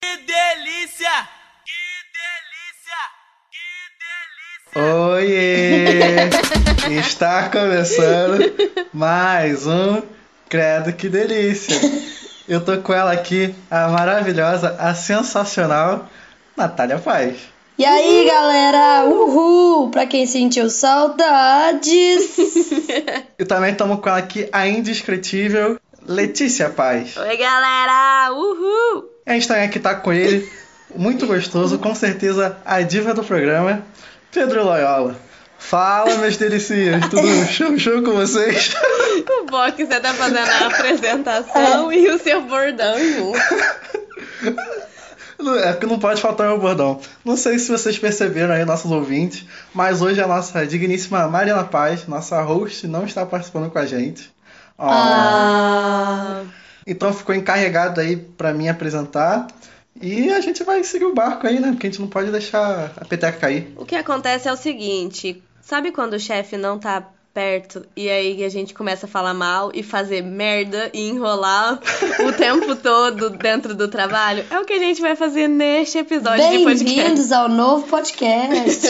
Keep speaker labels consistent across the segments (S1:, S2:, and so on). S1: Que delícia! Que delícia! Que delícia!
S2: Oiê! Está começando mais um Credo que Delícia! Eu tô com ela aqui, a maravilhosa, a sensacional Natália Paz.
S3: E aí, galera, uhul! Pra quem sentiu saudades!
S2: E também estamos com ela aqui, a indescritível Letícia Paz.
S4: Oi, galera! Uhul!
S2: E a gente também aqui tá com ele, muito gostoso, com certeza a diva do programa, Pedro Loyola. Fala, meus delicias, tudo show, show com vocês?
S4: O Box você tá fazendo a apresentação
S3: É.
S4: e o seu bordão junto.
S2: Não- É que não pode faltar o bordão. Não sei se vocês perceberam aí, nossos ouvintes, mas hoje a nossa digníssima Mariana Paz, nossa host, não está participando com a gente. Ó.
S3: Ah,
S2: Então ficou encarregado aí pra mim apresentar. E a gente vai seguir o barco aí, né? Porque a gente não pode deixar a peteca cair.
S4: O que acontece é o seguinte: sabe quando o chefe não tá perto e aí a gente começa a falar mal e fazer merda e enrolar o tempo todo dentro do trabalho? É o que a gente vai fazer neste episódio de podcast.
S3: bem-vindos ao novo podcast!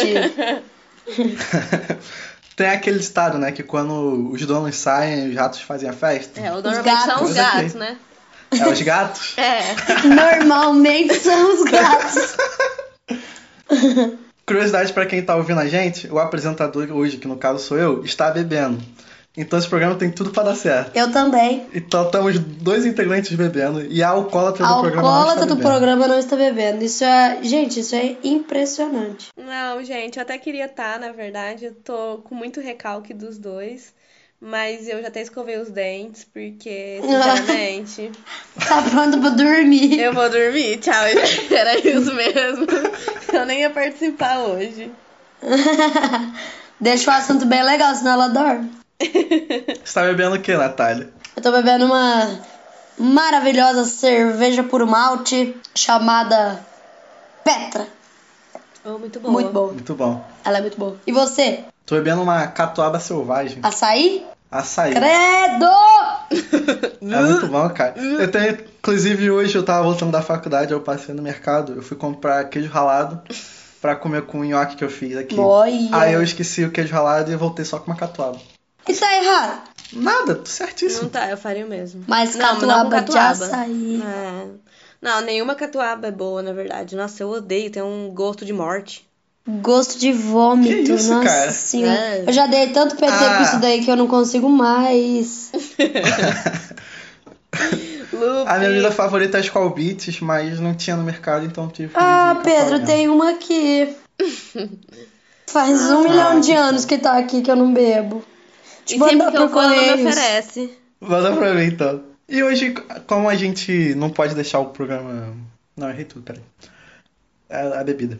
S2: Tem aquele ditado, né? Que quando os donos saem, os ratos fazem a festa.
S4: É, o normalmente são
S2: gatos.
S4: os gatos, né?
S2: É os gatos.
S4: É.
S3: Normalmente são os gatos!
S2: Curiosidade pra quem tá ouvindo a gente, o apresentador hoje, que no caso sou eu, está bebendo. Então esse programa tem tudo pra dar certo.
S3: Eu também.
S2: Então estamos dois integrantes bebendo e a alcoólatra
S3: A
S2: do programa não
S3: alcoólatra
S2: está
S3: do
S2: bebendo.
S3: programa não está bebendo. Isso é. Gente, isso é impressionante.
S4: Não, gente, eu até queria estar, na verdade. Eu tô com muito recalque dos dois. Mas eu já até escovei os dentes, porque, sinceramente,
S3: Tá pronto pra dormir.
S4: eu vou dormir. Tchau, gente. Era isso mesmo. Eu nem ia participar hoje.
S3: Deixa o assunto bem legal, senão ela dorme.
S2: Você tá bebendo o que, Natália?
S3: Eu tô bebendo uma maravilhosa cerveja puro malte chamada Petra.
S4: Oh, muito boa.
S3: Muito boa.
S2: Muito bom.
S3: Ela é muito boa. E você?
S2: Tô bebendo uma catuaba selvagem.
S3: Açaí?
S2: Açaí.
S3: Credo!
S2: É muito bom, cara.
S3: Uhum.
S2: Eu tenho, inclusive, hoje eu tava voltando da faculdade, eu passei no mercado, eu fui comprar queijo ralado pra comer com o nhoque que eu fiz aqui.
S3: Olha.
S2: Aí eu esqueci o queijo ralado e voltei só com uma catuaba.
S3: E tá errado.
S2: Nada, tô certíssimo.
S4: Não tá, eu faria o mesmo.
S3: Mas
S4: Não, mas
S3: catuaba,
S4: não com
S3: de
S4: catuaba.
S3: açaí.
S4: É. Não, nenhuma catuaba é boa, na verdade. Nossa, eu odeio. Tem um gosto de morte.
S3: Gosto de vômito.
S2: Que isso,
S3: Nossa
S2: cara?
S3: senhora.
S4: É.
S3: Eu já dei tanto PT
S2: Ah.
S3: com isso daí que eu não consigo mais.
S2: A minha
S4: Lupe.
S2: bebida favorita é Skol Beats, mas não tinha no mercado, então tive que dividir
S3: Ah,
S2: com a
S3: Pedro,
S2: Fabiana.
S3: tem uma aqui. Faz um milhão de anos que tá aqui que eu não bebo.
S4: Ah, E
S3: Te mandar
S4: sempre que
S3: pro
S4: eu vou, ela não me
S3: Correios.
S4: oferece.
S2: Manda pra mim, então. E hoje, como a gente não pode deixar o programa... Não, errei tudo, peraí. A, a bebida.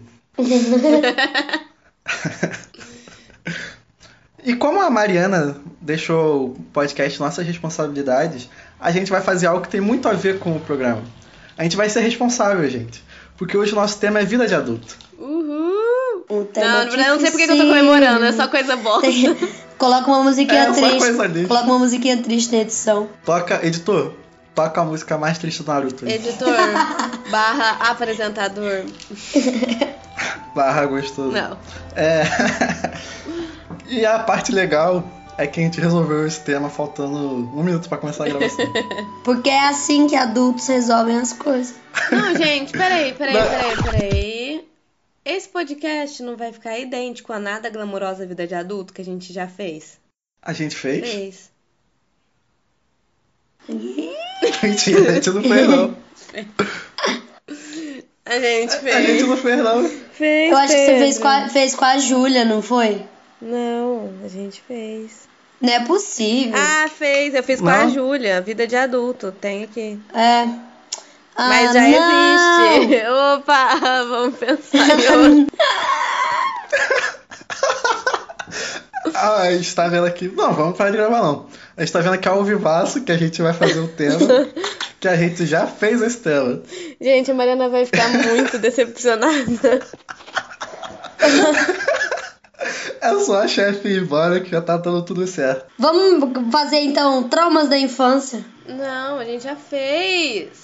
S2: E como a Mariana deixou o podcast Nossas Responsabilidades, a gente vai fazer algo que tem muito a ver com o programa. A gente vai ser responsável, gente. Porque hoje o nosso tema é vida de adulto.
S4: Uhul!
S3: Um
S4: Não,
S3: tema
S4: na verdade, eu não sei porque que eu tô
S3: difícil.
S4: comemorando, é só coisa boa.
S3: Tem- Coloca uma musiquinha
S2: É, uma
S3: triste.
S2: coisa desse.
S3: Coloca uma musiquinha triste na edição.
S2: Toca, editor, toca a música mais triste do Naruto.
S4: Editor barra apresentador.
S2: Barra gostoso.
S4: Não.
S2: É. e a parte legal é que a gente resolveu esse tema faltando um minuto pra começar a gravação.
S3: Porque é assim que adultos resolvem as coisas.
S4: Não, gente, peraí, peraí,
S2: Não.
S4: peraí, peraí. Esse podcast não vai ficar idêntico a nada glamourosa vida de adulto que a gente já fez?
S2: A gente fez?
S4: Fez.
S2: Mentira, a gente não fez não.
S4: A gente
S2: A
S4: fez.
S2: gente não fez não.
S4: Fez,
S3: Eu acho que você fez
S4: Pedro.
S3: com a, fez com a Júlia, não foi?
S4: Não, a gente fez.
S3: Não é possível.
S4: Ah, fez. Eu fiz com a
S2: Não.
S4: Júlia, vida de adulto. Tem aqui.
S3: É. Ah,
S4: Mas já
S3: não.
S4: existe. Opa, vamos pensar em outro.
S2: Ah, a gente tá vendo aqui. Não, vamos parar de gravar não. A gente tá vendo aqui ao vivaço que a gente vai fazer o tema. que a gente já fez esse tema.
S4: Gente, a Mariana vai ficar muito decepcionada.
S2: É só a chefe ir embora que já tá dando tudo certo.
S3: Vamos fazer então traumas da infância.
S4: Não, a gente já fez.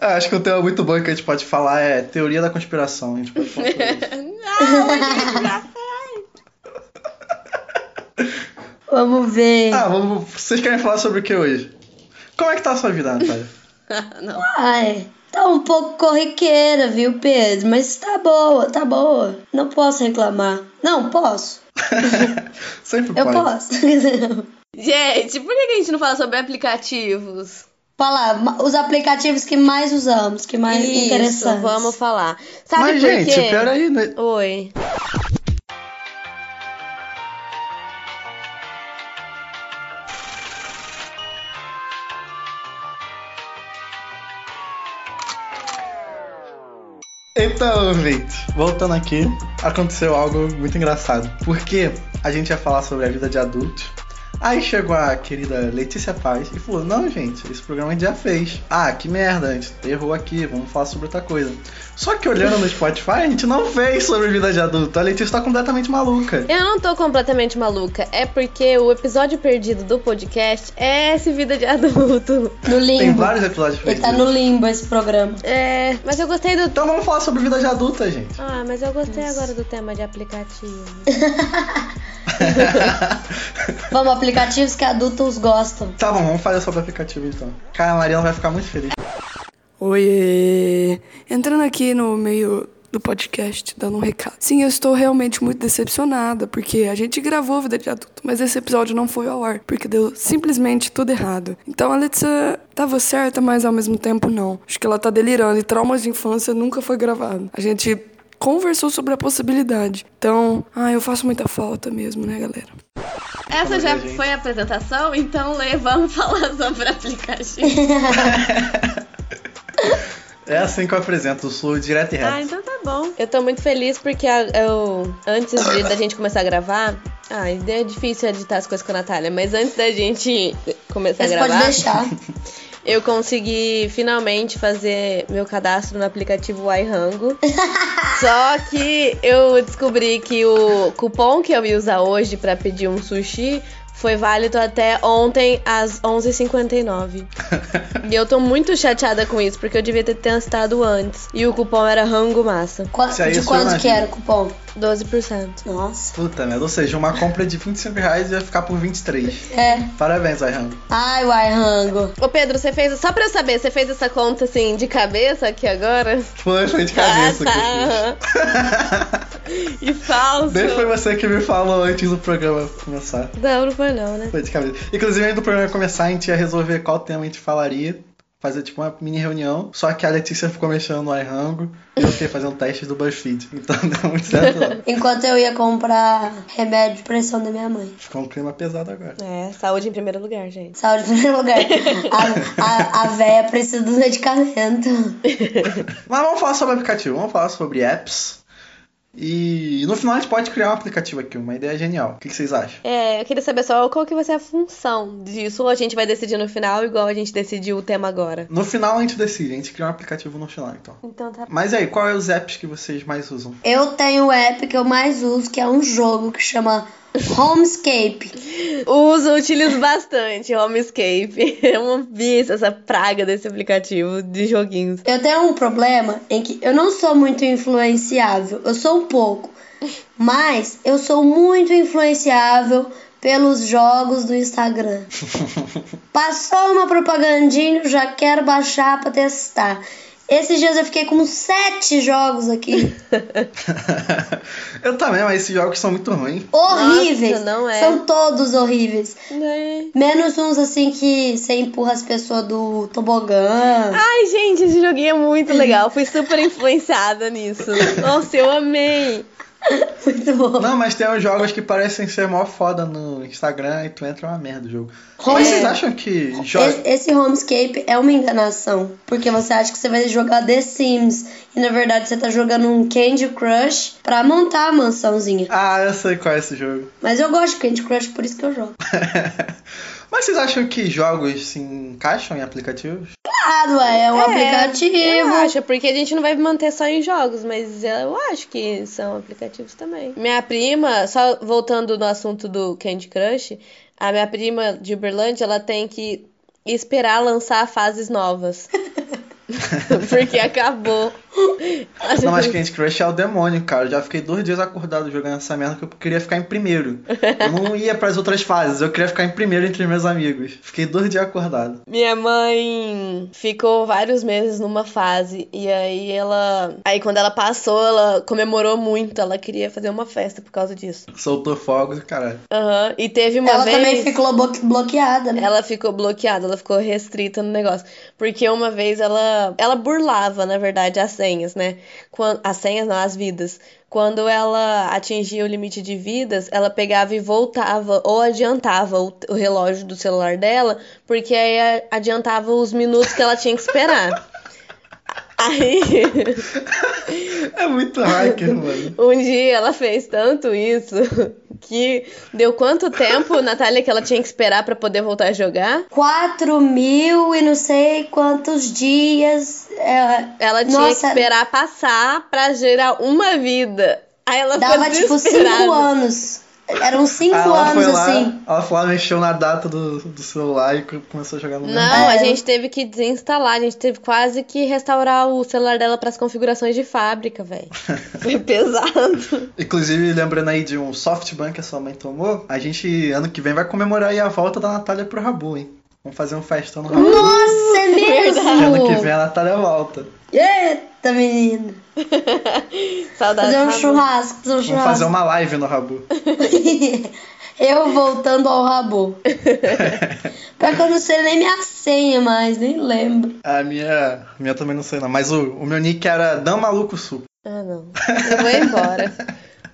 S2: Ah, acho que um tema muito bom que a gente pode falar é teoria da conspiração. A gente pode falar sobre isso.
S3: Vamos ver.
S2: Ah, vamos. Vocês querem falar sobre o que hoje? Como é que tá a sua vida, Natália?
S4: Não.
S3: Ai, tá um pouco corriqueira, viu, Pedro? Mas tá boa, tá boa. Não posso reclamar. Não, posso.
S2: Sempre
S3: Eu
S2: pode.
S3: posso.
S4: Gente, por que que a gente não fala sobre aplicativos?
S3: Falar ma- os aplicativos que mais usamos, que mais
S4: Isso,
S3: interessantes.
S4: vamos falar. Sabe
S2: Mas,
S4: por
S2: gente,
S4: quê?
S2: peraí, né?
S4: Oi.
S2: Então, gente, voltando aqui, aconteceu algo muito engraçado. Porque a gente ia falar sobre a vida de adulto. Aí chegou a querida Letícia Paz e falou: Não, gente, esse programa a gente já fez. Ah, que merda, a gente errou aqui, vamos falar sobre outra coisa. Só que olhando no Spotify, a gente não fez sobre vida de adulto. A Letícia tá completamente maluca.
S4: Eu não tô completamente maluca, é porque o episódio perdido do podcast é esse Vida de Adulto.
S3: No
S2: Tem
S3: limbo.
S2: vários episódios
S3: Ele
S2: feitos.
S3: tá no limbo esse programa.
S4: É, mas eu gostei do.
S2: Então vamos falar sobre vida de adulta, gente.
S4: Ah, mas eu gostei agora do tema de aplicativo.
S3: Vamos, aplicativos que adultos gostam.
S2: Tá bom, vamos fazer sobre aplicativo então. Cara, a Mariana vai ficar muito feliz.
S5: Oiê! Entrando aqui no meio do podcast, dando um recado. Sim, eu estou realmente muito decepcionada, porque a gente gravou Vida de Adulto, mas esse episódio não foi ao ar, porque deu simplesmente tudo errado. Então a Letícia tava certa, mas ao mesmo tempo não. Acho que ela tá delirando e traumas de infância nunca foi gravado. A gente conversou sobre a possibilidade. Então, ah, eu faço muita falta mesmo, né, galera?
S4: Essa
S2: Olha,
S4: já
S2: gente.
S4: foi a apresentação, então Lê, vamos falar sobre aplicativo.
S2: É assim que eu apresento, eu sou direto e reto.
S4: ah, então tá bom. Eu tô muito feliz porque a- eu, antes de, da gente começar a gravar. Ah, é difícil editar as coisas com a Natália, mas antes da gente começar
S3: Você
S4: a gravar.
S3: pode deixar.
S4: Eu consegui finalmente fazer meu cadastro no aplicativo iRango. Só que eu descobri que o cupom que eu ia usar hoje pra pedir um sushi foi válido até ontem às 11h59. e eu tô muito chateada com isso, porque eu devia ter testado antes. E o cupom era Rango Massa,
S3: Qua-
S2: Isso aí
S3: de
S2: eu sou
S3: quanto
S2: imagino.
S3: que era o cupom?
S4: 12%.
S3: Nossa.
S2: Puta merda, ou seja, uma compra de 25 reais ia ficar por 23.
S3: É.
S2: Parabéns, Ayhan.
S3: Ai, uai, rango.
S4: Ô Pedro, você fez, só pra eu saber, você fez essa conta assim de cabeça aqui agora?
S2: Foi, foi de cabeça que eu
S4: Ah,
S2: fiz.
S4: tá. E falso.
S2: Desde foi você que me falou antes do programa começar.
S4: Não, não foi não, né?
S2: Foi de cabeça. Inclusive, antes do programa começar, a gente ia resolver qual tema a gente falaria. Fazer tipo uma mini reunião. Só que a Letícia ficou mexendo no iRango e eu fiquei fazendo testes do BuzzFeed. Então deu muito certo. não.
S3: Enquanto eu ia comprar remédio de pressão da minha mãe.
S2: Ficou um clima pesado agora.
S4: É, saúde em primeiro lugar, gente.
S3: Saúde em primeiro lugar. A, a, a véia precisa do medicamento.
S2: Mas vamos falar sobre aplicativo, vamos falar sobre apps. E no final a gente pode criar um aplicativo aqui, uma ideia genial. O que que vocês acham?
S4: É, eu queria saber só qual que vai ser a função disso, ou a gente vai decidir no final, igual a gente decidiu o tema agora.
S2: No final a gente decide, a gente cria um aplicativo no final, então.
S4: Então tá.
S2: Mas e aí, qual é os apps que vocês mais usam?
S3: Eu tenho o app que eu mais uso, que é um jogo que chama Homescape.
S4: Uso, utilizo bastante Homescape. É um vício, essa praga desse aplicativo de joguinhos.
S3: Eu tenho um problema em que eu não sou muito influenciável. Eu sou um pouco. Mas eu sou muito influenciável pelos jogos do Instagram. Passou uma propagandinha, eu já quero baixar pra testar. Esses dias eu fiquei com sete jogos aqui.
S2: eu também, mas esses jogos são muito ruins.
S3: horríveis.
S4: não é.
S3: São todos horríveis.
S4: Né?
S3: Menos uns assim que você empurra as pessoas do tobogã.
S4: Ai, gente, esse joguinho é muito legal. Fui super influenciada nisso. Nossa, eu amei.
S3: Muito bom.
S2: Não, mas tem uns jogos que parecem ser mó foda no Instagram e tu entra uma merda o jogo.
S3: É.
S2: Mas vocês acham que
S3: Esse,
S2: jogos.
S3: esse homescape é uma enganação. Porque você acha que você vai jogar The Sims. E na verdade você tá jogando um Candy Crush pra montar a mansãozinha.
S2: Ah, eu sei qual é esse jogo.
S3: Mas eu gosto de Candy Crush, por isso que eu jogo.
S2: Mas vocês acham que jogos se encaixam em aplicativos?
S3: Claro, ué, é um
S4: Eu
S3: aplicativo.
S4: acho, porque a gente não vai manter só em jogos, mas eu acho que são aplicativos também. Minha prima, só voltando no assunto do Candy Crush, a minha prima de Uberlândia, ela tem que esperar lançar fases novas. Porque acabou.
S2: Não, mas Candy Crush é o demônio, cara. Eu já fiquei dois dias acordado jogando essa merda que eu queria ficar em primeiro. Eu não ia pras outras fases, eu queria ficar em primeiro entre meus amigos. Fiquei dois dias acordado.
S4: Minha mãe ficou vários meses numa fase e aí ela, aí quando ela passou, ela comemorou muito, ela queria fazer uma festa por causa disso.
S2: Soltou fogos, caralho.
S4: Aham. E teve uma
S3: Ela
S4: vez
S3: também ficou blo- bloqueada, né?
S4: Ela ficou bloqueada, ela ficou restrita no negócio. Porque uma vez ela, ela burlava, na verdade, as senhas, né? Quan- as senhas não, as vidas. Quando ela atingia o limite de vidas, ela pegava e voltava ou adiantava o, o relógio do celular dela, porque aí a- adiantava os minutos que ela tinha que esperar. Aí,
S2: É muito hacker, mano.
S4: um dia ela fez tanto isso que deu quanto tempo, Natália, que ela tinha que esperar pra poder voltar a jogar?
S3: Quatro mil e não sei quantos dias. é,
S4: Ela tinha
S3: Nossa.
S4: que esperar passar pra gerar uma vida. Aí ela
S3: dava
S4: ficou
S3: tipo
S4: desesperada.
S3: cinco anos. Eram cinco
S2: Ah, ela
S3: anos
S2: foi lá,
S3: assim.
S2: ela foi lá, mexeu na data do, do celular e co- começou a jogar no mesmo.
S4: Não, a
S3: É.
S4: gente teve que desinstalar, a gente teve quase que restaurar o celular dela pras configurações de fábrica, velho. Foi pesado.
S2: Inclusive, lembrando aí de um softbank que a sua mãe tomou, a gente, ano que vem, vai comemorar aí a volta da Natália pro Rabu, hein? Vamos fazer um festão no Rabu.
S3: Nossa, é
S2: E ano que vem
S3: mesmo!
S2: a Natália volta.
S3: Eita, menina.
S4: Saudade.
S3: Fazer um
S4: Rabu.
S3: churrasco, fazer um
S2: Vamos fazer
S3: churrasco.
S2: uma live no Rabu.
S3: Eu voltando ao rabo. Pior que eu não sei nem minha senha mais, nem lembro.
S2: A minha. A minha também não sei não. Mas o, o meu nick era Dan Maluco Sul.
S4: Ah, não. Eu vou embora.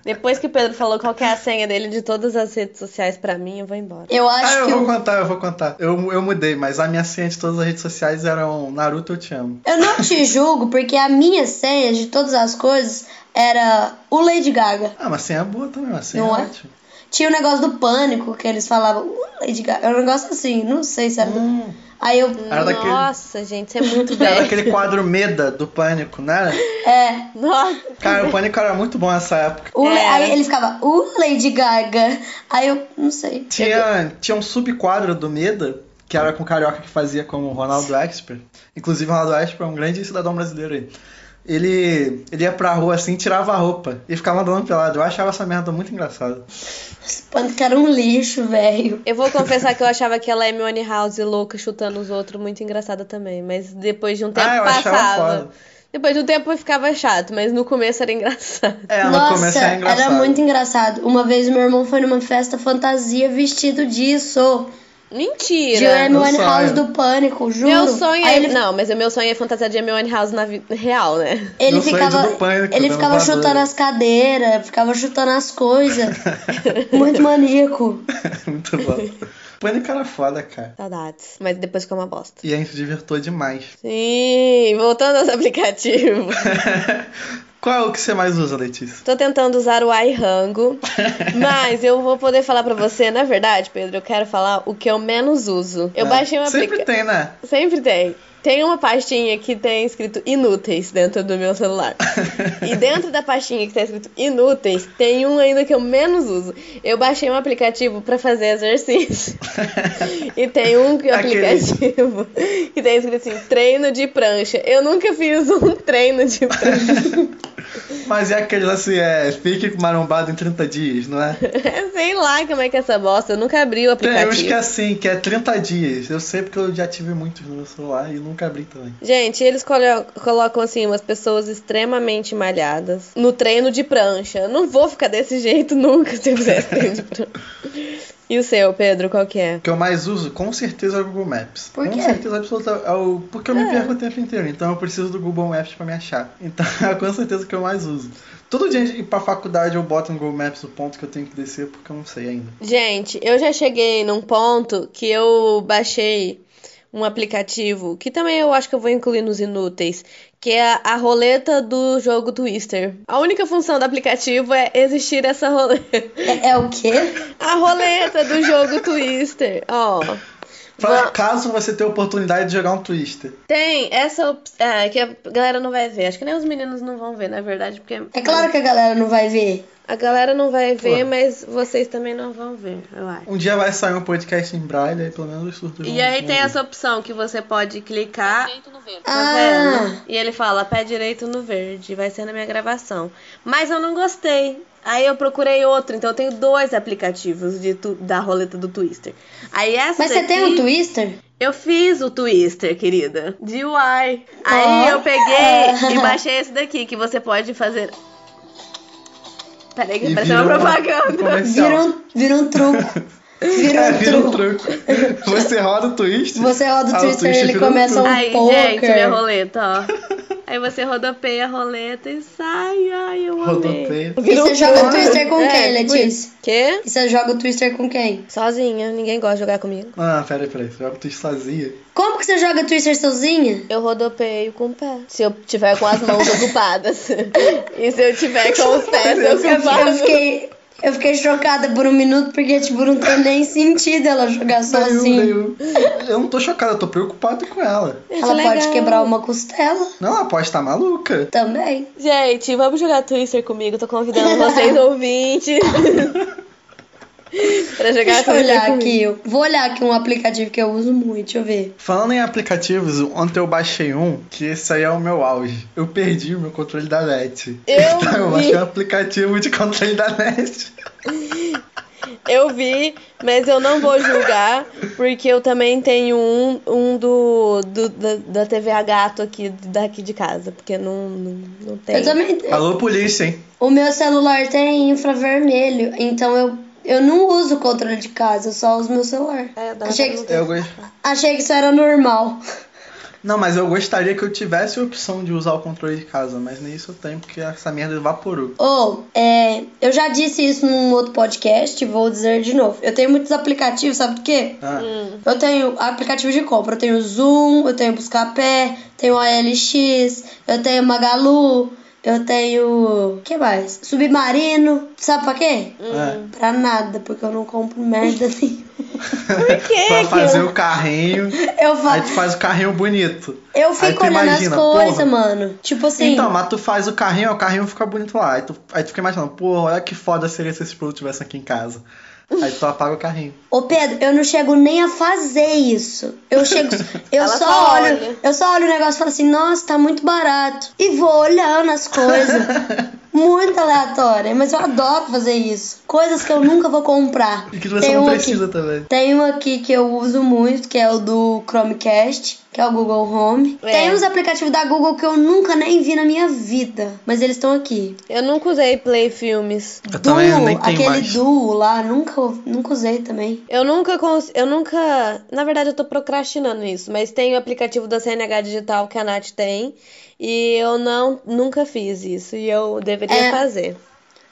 S4: Depois que o Pedro falou qual que é a senha dele de todas as redes sociais pra mim, eu vou embora.
S3: Eu
S2: Ah,
S3: acho
S2: eu
S3: que
S2: vou
S3: eu,
S2: contar, eu vou contar. Eu, eu mudei, mas a minha senha de todas as redes sociais eram Naruto Eu Te Amo.
S3: eu não te julgo, porque a minha senha de todas as coisas era o Lady Gaga.
S2: Ah, mas senha boa também, uma senha
S3: Não é?
S2: ótima.
S3: Tinha o negócio do pânico que eles falavam, o Lady Gaga. Era um negócio assim, não sei se era. do-
S2: Hum,
S3: Aí eu.
S2: Era daquele-
S4: Nossa, gente, você é muito
S2: era
S4: velho.
S2: aquele quadro Meda do Pânico, né?
S3: É.
S4: Nossa.
S2: Cara, o Pânico era muito bom nessa época.
S3: o Le-
S4: É.
S3: Aí ele ficava, o Lady Gaga. Aí eu não sei.
S4: É
S2: Tinha, tinha um subquadro do Meda, que era com o carioca que fazia como o Ronaldo Esper. Inclusive, o Ronaldo Esper é um grande cidadão brasileiro aí. Ele, ele ia pra rua assim, tirava a roupa e ficava andando pelado. Eu achava essa merda muito engraçada.
S3: Esse pânico era um lixo, velho.
S4: Eu vou confessar que eu achava aquela Hermione House louca chutando os outros muito engraçada também, mas depois de um tempo
S2: Ah, eu achava
S4: passava.
S2: foda.
S4: Depois de um tempo ficava chato, mas no começo era engraçado.
S2: É, no começo
S3: Nossa,
S2: era engraçado.
S3: era muito engraçado. Uma vez meu irmão foi numa festa fantasia vestido disso. De
S4: Mentira!
S2: Meu
S3: Hermione
S2: sonho.
S3: House do Pânico, juro.
S4: Meu sonho é.
S3: Aí ele,
S4: Não, mas o meu sonho é fantasia de Hermione House na vida real, né?
S3: ele
S2: Meu sonho é de
S3: ficava,
S2: do Pânico,
S3: ele
S2: da
S3: ficava
S2: voadora.
S3: chutando as cadeiras, ficava chutando as coisas. Muito maníaco.
S2: Muito bom. Pânico era foda, cara.
S4: Saudades. Mas depois ficou uma bosta.
S2: E a gente se divertou demais.
S4: Sim, voltando aos aplicativos.
S2: Qual é o que você mais usa, Letícia?
S4: Tô tentando usar o iRango, mas eu vou poder falar pra você, na verdade, Pedro, eu quero falar o que eu menos uso. Eu
S2: Ah,
S4: baixei um aplicativo.
S2: Sempre tem, né?
S4: Sempre tem. Tem uma pastinha que tem escrito inúteis dentro do meu celular. e dentro da pastinha que tá escrito inúteis, tem um ainda que eu menos uso. Eu baixei um aplicativo pra fazer exercício. e tem um que-
S2: Aquele.
S4: aplicativo que tem escrito assim, treino de prancha. Eu nunca fiz um treino de prancha.
S2: Mas é aqueles assim, é. Fique marombado em 30 dias, não é?
S4: Sei lá como é que é essa bosta. Eu nunca abri o
S2: Tem uns que é
S4: aplicativo.
S2: assim, que é 30 dias. Eu sei porque eu já tive muitos no meu celular e nunca abri também.
S4: Gente, eles colo- colocam assim umas pessoas extremamente malhadas no treino de prancha. Eu Não vou ficar desse jeito nunca se eu fizesse treino de prancha. E o seu, Pedro, qual que é?
S2: O que eu mais uso, com certeza, é o Google Maps.
S3: Por
S2: Com
S3: quê?
S2: certeza absoluta. É o... Porque eu me perco o tempo inteiro, então eu preciso do Google Maps pra me achar. Então é com certeza o que eu mais uso. Todo dia de ir pra faculdade eu boto no Google Maps o ponto que eu tenho que descer porque eu não sei ainda.
S4: Gente, eu já cheguei num ponto que eu baixei um aplicativo que também eu acho que eu vou incluir nos inúteis, que é a, a roleta do jogo Twister. A única função do aplicativo é existir essa roleta.
S3: É, é o quê?
S4: A roleta do jogo Twister. Ó.
S2: Pra caso você tenha a oportunidade de jogar um Twister.
S4: Tem essa opção. É, que a galera não vai ver. Acho que nem os meninos não vão ver, na verdade, porque.
S3: É claro que a galera não vai ver.
S4: A galera não vai ver,
S2: Pô.
S4: mas vocês também não vão ver, eu acho.
S2: Um dia vai sair um podcast em braille, aí pelo menos os surdos
S4: E
S2: vão-
S4: aí
S2: vão
S4: tem
S2: ouvir.
S4: essa opção que você pode clicar Tá
S3: Ah,
S4: vendo? E ele fala, pé direito no verde, vai ser na minha gravação. Mas eu não gostei. Aí eu procurei outro, então eu tenho dois aplicativos de tu- da roleta do Twister. Aí essa
S3: mas você
S4: daqui,
S3: tem um Twister?
S2: Então.
S4: Eu fiz o Twister, querida. De UI. Aí
S3: Olha!
S4: eu peguei e baixei esse daqui, que você pode fazer... Peraí que
S2: E
S4: apareceu uma
S2: virou uma-
S4: propaganda.
S2: um comercial.
S3: Vira um, vira um truco. Vira um,
S2: É, vira um
S3: truco.
S2: truco. Você roda o twist.
S3: Você roda o
S2: Ah, o
S3: Twister e
S2: Twister
S3: ele
S2: vira um
S3: começa um
S2: truco.
S4: Aí,
S3: poker.
S4: gente, minha roleta, ó. Aí você rodopeia a roleta e sai. Ai, eu amei.
S2: Rodopeia.
S3: E você joga o Twister com
S4: É,
S3: quem,
S4: tipo
S3: Letícia?
S4: Quê?
S3: E você joga o Twister com quem?
S4: Sozinha, ninguém gosta de jogar comigo.
S2: Ah, peraí, peraí. Você joga o twist sozinha.
S3: Como que você joga o Twister sozinha?
S4: Eu rodopeio com o pé. Se eu tiver com as mãos ocupadas. e se eu tiver com os pés
S3: Eu
S4: ocupados.
S3: fiquei, eu fiquei chocada por um minuto, porque, tipo, não tem nem sentido ela jogar sozinha.
S2: Eu, eu não tô chocado, eu tô preocupado com ela.
S3: Ela
S4: é
S3: pode quebrar uma costela
S2: Não, ela pode estar maluca.
S3: também.
S4: Gente, vamos jogar Twister comigo. Tô convidando vocês, ouvintes. pra jogar
S3: Deixa eu
S4: Twister
S3: olhar
S4: comigo.
S3: aqui. eu- Vou olhar aqui um aplicativo que eu uso muito, deixa eu ver.
S2: Falando em aplicativos, ontem eu baixei um, que esse aí é o meu auge. Eu perdi o meu controle da net.
S4: Eu
S2: então eu
S4: vi.
S2: baixei um aplicativo de controle da net.
S4: Eu vi, mas eu não vou julgar, porque eu também tenho um, um do, do- da, da TV a gato aqui, daqui de casa, porque não, não, não tem.
S3: Eu também.
S2: Alô, polícia, hein?
S3: O meu celular tem infravermelho, então eu, eu não uso o controle de casa, eu só uso meu celular.
S4: É, dá
S3: Achei
S4: pra
S3: que-
S4: não-
S2: Eu gost...
S3: Achei que isso era normal.
S2: Não, mas eu gostaria que eu tivesse a opção de usar o controle de casa, mas nem isso eu tenho, porque essa merda evaporou.
S3: Ou, é, eu já disse isso num outro podcast, vou dizer de novo. Eu tenho muitos aplicativos, sabe do quê?
S2: Ah,
S4: Hum,
S3: Eu tenho aplicativo de compra, eu tenho Zoom, eu tenho Buscapé, tenho OLX, eu tenho Magalu, eu tenho. que mais? Submarino. Sabe pra quê?
S4: hum.
S2: é.
S3: Pra nada, porque eu não compro merda nenhuma.
S4: Por que
S2: Pra
S4: que
S2: fazer
S4: eu-
S2: o carrinho,
S3: Eu
S2: aí
S3: faço.
S2: tu faz o carrinho bonito.
S3: Eu
S2: Aí
S3: fico
S2: tu
S3: olhando
S2: imagina,
S3: as coisas,
S2: porra.
S3: mano. Tipo assim.
S2: Então, mas tu faz o carrinho, o carrinho fica bonito lá. Aí tu, aí tu fica imaginando, porra, olha que foda seria se esse produto tivesse aqui em casa. Aí tu apaga o carrinho.
S3: Ô Pedro, eu não chego nem a fazer isso. Eu chego. Eu
S4: Ela
S3: só,
S4: só
S3: olho.
S4: olha.
S3: Eu só olho o negócio e falo assim, nossa, tá muito barato. E vou olhando as coisas. muito aleatória. Mas eu adoro fazer isso. Coisas que eu nunca vou comprar.
S2: E que você não é um precisa também.
S3: Aqui, tem um aqui que eu uso muito, que é o do Chromecast, que é o Google Home.
S4: É.
S3: Tem uns aplicativos da Google que eu nunca nem vi na minha vida. Mas eles estão aqui.
S4: Eu nunca usei Play Filmes.
S2: Eu também nem tenho
S3: aquele
S2: mais.
S3: duo lá, nunca, nunca usei também.
S4: Eu nunca cons... eu nunca, na verdade eu tô procrastinando isso, mas tem o aplicativo da CNH Digital que a Nath tem, e eu não nunca fiz isso e eu deveria
S3: É.
S4: fazer.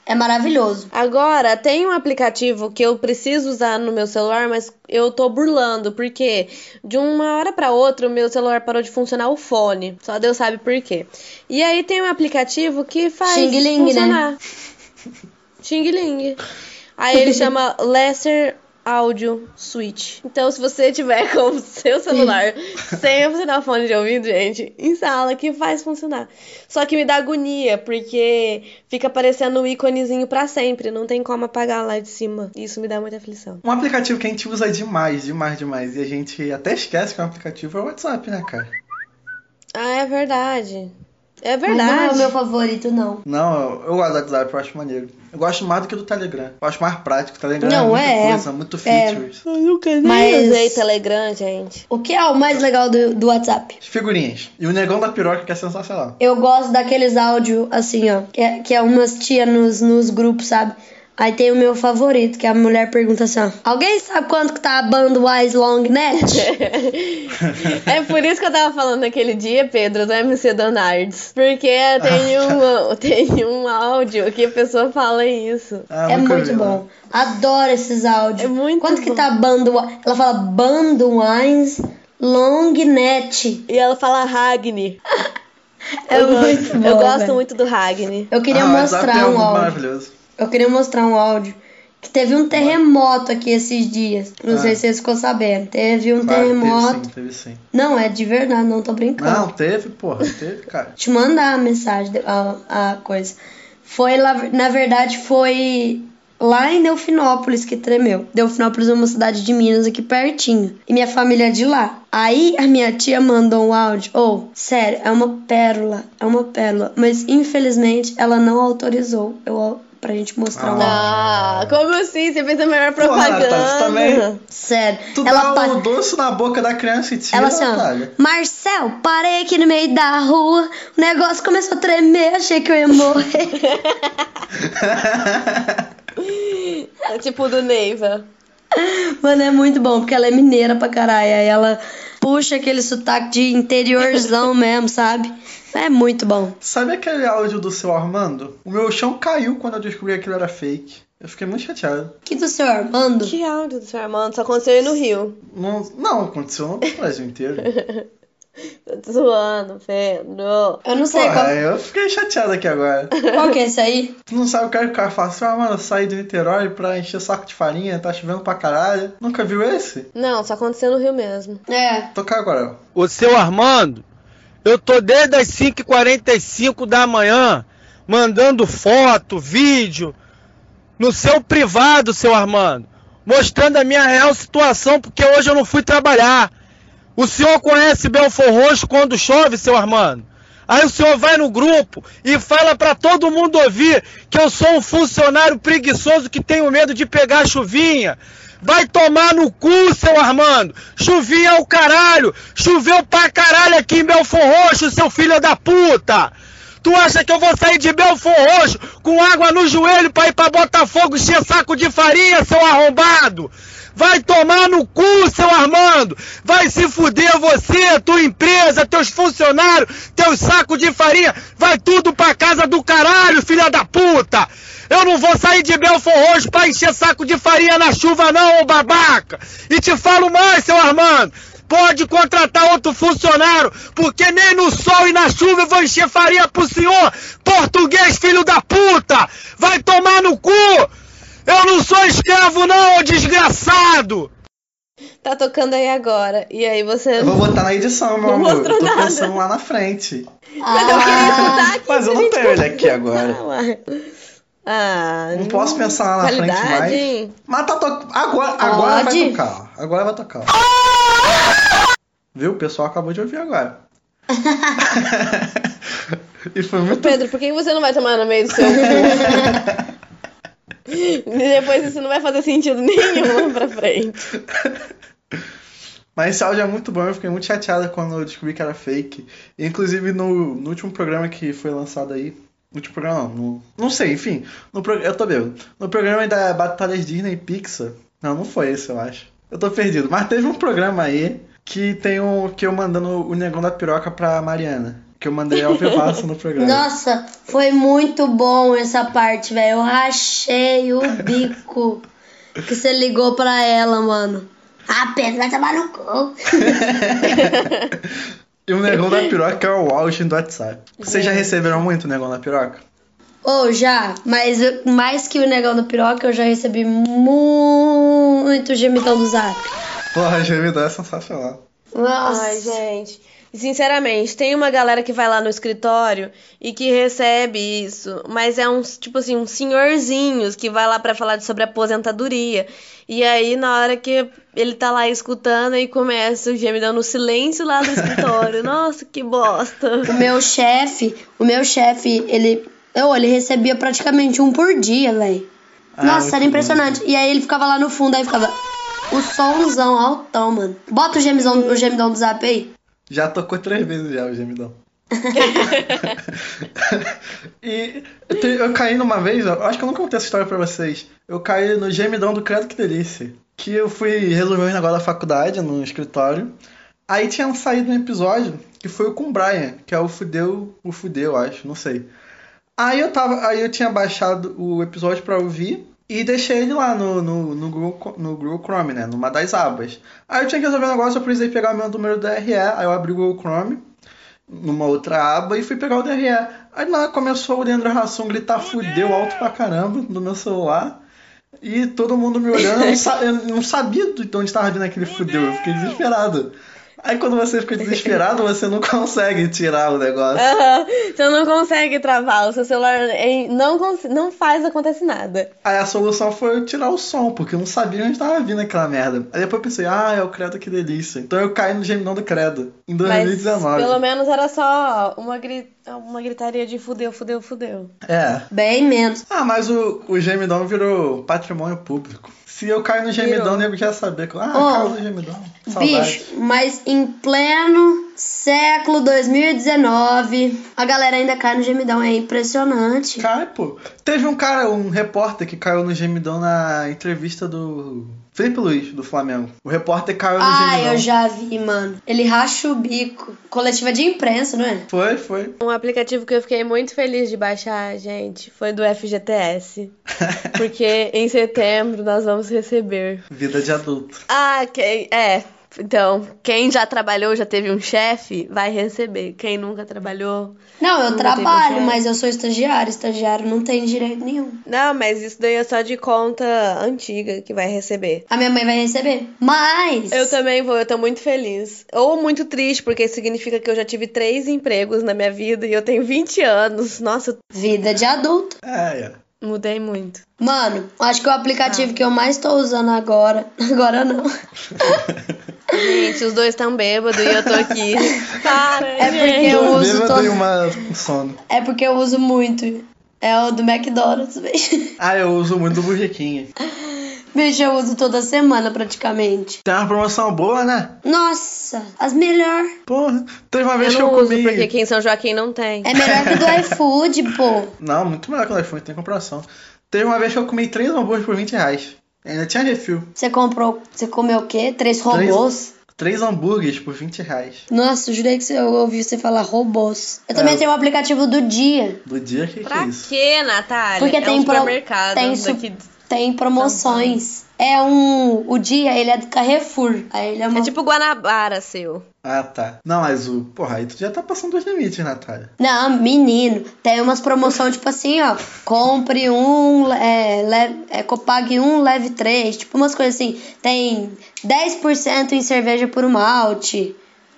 S3: É maravilhoso.
S4: Agora, tem um aplicativo que eu preciso usar no meu celular, mas eu tô burlando, porque de uma hora pra outra o meu celular parou de funcionar o fone. Só Deus sabe por quê. E aí tem um aplicativo que faz
S3: Xing Ling, né?
S4: funcionar. Xing Ling. Aí ele chama Lesser Audio Switch. Então, se você tiver com o seu celular sem funcionar o fone de ouvido, gente, instala que faz funcionar. Só que me dá agonia, porque fica aparecendo o íconezinho pra sempre. Não tem como apagar lá de cima. Isso me dá muita aflição.
S2: Um aplicativo que a gente usa demais, demais, demais. E a gente até esquece que é um aplicativo é o WhatsApp, né, cara?
S4: Ah, é verdade. É
S3: Mas Não é o
S4: verdade.
S3: meu favorito, não.
S2: Não, eu, eu gosto do WhatsApp, eu acho maneiro. Eu gosto mais do que do Telegram. Eu acho mais prático. O Telegram
S3: Não,
S2: é muita
S3: é,
S2: coisa, muito features.
S4: Eu nunca nem
S3: Mas-
S4: usei Telegram, é gente.
S3: O que é o mais legal do, do WhatsApp?
S2: Figurinhas. E o negão da piroca que é sensacional.
S3: Eu gosto daqueles áudios assim, ó. Que é, que é umas tia nos, nos grupos, sabe? Aí tem o meu favorito, que a mulher pergunta assim, ó. Alguém sabe quanto que tá a banda Wise Long Net?
S4: É por isso que eu tava falando naquele dia, Pedro, do MC Donards. Porque tem, um, tem um áudio que a pessoa fala isso.
S2: Ah,
S3: é
S2: nunca
S3: muito
S2: vi,
S3: bom.
S2: não.
S3: Adoro esses áudios.
S4: É muito
S3: Quanto que
S4: bom.
S3: tá a banda... Wi- Ela fala banda Wise Long Net.
S4: E ela fala Ragni.
S3: É
S4: eu
S3: muito
S4: gosto,
S3: bom,
S4: Eu gosto
S3: velho.
S4: muito do Ragni.
S3: Eu queria
S2: Ah, o WhatsApp
S3: mostrar
S2: é
S3: um
S2: algo
S3: áudio.
S2: maravilhoso.
S3: Eu queria mostrar um áudio. Que teve um terremoto aqui esses dias. Não
S2: Ah.
S3: sei se vocês ficou sabendo. Teve um
S2: Claro,
S3: terremoto.
S2: Teve sim, teve sim.
S3: Não, é de verdade, não tô brincando.
S2: Não, teve, porra, teve, cara.
S3: Te mandar a mensagem, a, a coisa. Foi lá, na verdade, foi lá em Delfinópolis que tremeu. Delfinópolis é uma cidade de Minas aqui pertinho. E minha família é de lá. Aí a minha tia mandou um áudio. Ou, oh, sério, é uma pérola. É uma pérola. Mas infelizmente ela não autorizou eu, pra gente mostrar o áudio.
S4: Ah, como assim? Você fez a melhor
S2: Porra,
S4: propaganda.
S2: Natália, você tá também.
S3: Sério.
S2: Tu
S3: ela
S2: dá
S3: pa-
S2: o doce na boca da criança e tira,
S3: ela assim, ó,
S2: Natália.
S3: Marcel, parei aqui no meio da rua, o negócio começou a tremer, achei que eu ia morrer.
S4: É tipo o do Neiva.
S3: Mano, é muito bom, porque ela é mineira pra caralho. Aí ela puxa aquele sotaque de interiorzão mesmo, sabe? É muito bom.
S2: Sabe aquele áudio do seu Armando? O meu chão caiu quando eu descobri que aquilo era fake. Eu fiquei muito chateado.
S3: Que do seu Armando?
S4: Que áudio do seu Armando? Só aconteceu aí no Rio.
S2: Não, não aconteceu no Brasil inteiro.
S4: Eu tô zoando, Pedro.
S3: Eu não sei
S2: Porra, eu fiquei chateado aqui agora.
S3: qual, qual que é esse aí.
S2: Tu não sabe o que é que o cara fala assim, ah, mano, eu saí de Niterói pra encher saco de farinha, tá chovendo pra caralho. Nunca viu esse?
S4: Não, só aconteceu no Rio mesmo.
S3: É.
S2: Tocar agora.
S6: O seu Armando, eu tô desde as 5h45 da manhã mandando foto, vídeo no seu privado, seu Armando, mostrando a minha real situação, porque hoje eu não fui trabalhar. O senhor conhece Belfor Roxo quando chove, seu Armando? Aí o senhor vai no grupo e fala pra todo mundo ouvir que eu sou um funcionário preguiçoso que tenho medo de pegar a chuvinha. Vai tomar no cu, seu Armando! Chuvinha é o caralho! Choveu pra caralho aqui em Belfor Roxo, seu filho da puta! Tu acha que eu vou sair de Belfor Roxo com água no joelho pra ir pra Botafogo encher saco de farinha, seu arrombado? Vai tomar no cu, seu Armando! Vai se fuder você, tua empresa, teus funcionários, teus sacos de farinha! Vai tudo pra casa do caralho, filha da puta! Eu não vou sair de Belfor Roxo pra encher saco de farinha na chuva não, ô babaca! E te falo mais, seu Armando! Pode contratar outro funcionário, porque nem no sol e na chuva eu vou encher farinha pro senhor, português filho da puta! Vai tomar no cu! Eu não sou escravo não, ô desgraçado!
S4: Tá tocando aí agora. E aí você.
S2: Eu vou botar na edição, meu
S4: Não
S2: amor.
S4: mostrou
S2: Tô
S4: nada.
S2: pensando lá na frente.
S4: Mas eu queria escutar aqui.
S2: Mas eu não tenho ele aqui agora.
S4: Ah, uai. Ah,
S2: Não posso pensar lá na frente
S4: qualidade,
S2: mais.
S4: hein?
S2: Mas tá to... agora, agora vai
S3: Pode?
S2: tocar. ó. Agora vai tocar. Viu? O pessoal acabou de ouvir agora. e foi muito.
S4: Pedro, por que você não vai tomar no meio do seu cu? Depois isso não vai fazer sentido nenhum lá pra frente.
S2: Mas esse áudio é muito bom, eu fiquei muito chateada quando eu descobri que era fake. Inclusive no, no último programa que foi lançado aí. No último programa, não. no- não sei, enfim. No pro, eu tô bêbado. No programa da Batalhas Disney e Pixar. Não, não foi esse, eu acho. Eu tô perdido. Mas teve um programa aí que tem um. que eu mandando o negão da piroca pra Mariana. Que eu mandei ao vivaço no programa.
S3: Nossa, foi muito bom essa parte, velho. Eu rachei o bico que você ligou pra ela, mano. Ah, Pedro, vai tomar no cu.
S2: E o negão da piroca é o auge do WhatsApp. Vocês já receberam muito o negão da piroca?
S3: Ou já, mas eu- mais que o negão do piroca, eu já recebi muito gemidão do zap.
S2: Porra, a gemidão é sensacional.
S3: Nossa.
S4: Ai, gente. Sinceramente, tem uma galera que vai lá no escritório e que recebe isso, mas é uns, tipo assim, uns senhorzinhos que vai lá pra falar de- sobre aposentadoria. E aí, na hora que ele tá lá escutando, aí começa o gemidão no um silêncio lá do escritório. Nossa, que bosta.
S3: O meu chefe, o meu chefe, ele. Eu, ele recebia praticamente um por dia, velho.
S2: Ah, muito
S3: Nossa, era
S2: bom.
S3: impressionante. E aí ele ficava lá no fundo, aí ficava. O somzão altão, mano. Bota o gemidão, o gemidão do zap aí.
S2: Já tocou três vezes já o gemidão. e eu, te- eu caí numa vez, ó, eu acho que eu não contei essa história pra vocês. Eu caí no gemidão do Credo Que Delícia. Que eu fui resolver um negócio da faculdade, no escritório. Aí tinha saído um episódio que foi o com o Brian, que é o Fudeu, o Fudeu, acho, não sei. Aí eu tava, aí eu tinha baixado o episódio pra ouvir e deixei ele lá no, no, no, Google, no Google Chrome, né? Numa das abas. Aí eu tinha que resolver um negócio, eu precisei pegar o meu número do DRE, aí eu abri o Google Chrome numa outra aba e fui pegar o DRE. Aí lá começou o Leandro Hassum gritar fudeu alto pra caramba no meu celular. E todo mundo me olhando, eu não, sa- eu não sabia de onde tava vindo aquele fudeu, eu fiquei desesperado. Aí quando você fica desesperado, você não consegue tirar o negócio.
S4: Aham. Você não consegue travar, o seu celular eh, não, cons- não faz acontecer nada.
S2: Aí a solução foi eu tirar o som, porque eu não sabia onde tava vindo aquela merda. Aí depois eu pensei, ah, é o Credo, que delícia. Então eu caí no gemidão do Credo, em
S4: Mas
S2: 2019.
S4: pelo menos era só uma, gri- uma gritaria de fudeu, fudeu, fudeu.
S2: É.
S3: Bem menos.
S2: Ah, mas o, o gemidão virou patrimônio público. Se eu caio no gemidão,
S4: Virou.
S2: o nego já ia saber. que eu- Ah,
S3: Ô,
S2: caiu no gemidão. Saudade.
S3: Bicho, mas em pleno século 2019, a galera ainda cai no gemidão, é impressionante.
S2: Cai, pô. Teve um cara, um repórter que caiu no gemidão na entrevista do Felipe Luiz, do Flamengo. O repórter caiu no
S3: Ah,
S2: gemidão.
S3: eu já vi, mano. Ele racha o bico. Coletiva de imprensa, não é?
S2: Foi, foi.
S4: Um aplicativo que eu fiquei muito feliz de baixar, gente, foi do FGTS. Porque em setembro nós vamos receber.
S2: Vida de adulto.
S4: Ah, quem. É. Então, quem já trabalhou, já teve um chefe, vai receber. Quem nunca trabalhou.
S3: Não, eu
S4: Não tem
S3: trabalho,
S4: como.
S3: mas eu sou estagiário. Estagiário não tem direito nenhum.
S4: Não, mas isso daí é só de conta antiga que vai receber.
S3: A minha mãe vai receber. Mas.
S4: Eu também vou, eu tô muito feliz. Ou muito triste, porque significa que eu já tive três empregos na minha vida e eu tenho 20 anos. Nossa, eu
S3: Vida de adulto.
S2: É, é.
S4: mudei muito.
S3: Mano, acho que o aplicativo
S4: Ah.
S3: que eu mais tô usando agora. Agora não.
S4: Gente, os dois estão bêbados e eu tô aqui. Para,
S3: É porque
S4: gente.
S3: eu uso
S2: Bêbado
S3: todo-
S2: e uma um sono.
S3: É porque eu uso muito. É o do McDonald's, bicho.
S2: Ah, eu uso muito do Burriquinha.
S3: Bicho, eu uso toda semana praticamente.
S2: Tem uma promoção boa, né?
S3: Nossa, as melhor.
S2: Porra. Teve uma vez
S4: Eu não
S2: que eu
S4: uso,
S2: comi.
S4: porque aqui em São Joaquim não tem.
S3: É melhor que do iFood, pô.
S2: Não, muito melhor que o iPhone, tem comparação. Teve uma vez que eu comi três hambúrgueres por 20 reais. Ainda tinha refil.
S3: Você comprou. Você comeu o quê? Três robôs?
S2: Três hambúrgueres por 20 reais.
S3: Nossa, eu jurei que você- eu ouvi você falar robôs. Eu também
S2: É.
S3: tenho o aplicativo do dia.
S2: Do dia que que
S4: Pra
S2: é isso?
S4: quê, Natália?
S3: Porque
S4: é
S3: tem
S4: um
S3: pro-
S4: supermercado
S3: tem su-
S4: daqui.
S3: Tem promoções.
S2: Então
S3: É um. O dia, ele é do Carrefour. Aí ele é uma.
S4: É tipo Guanabara, seu.
S2: Ah, tá. Não, mas o. Porra, aí tu já tá passando dos limites, Natália.
S3: Não, menino. Tem umas promoções tipo assim, ó. Compre um, é, le- é, copague um, leve três. Tipo umas coisas assim. Tem 10% em cerveja por malte.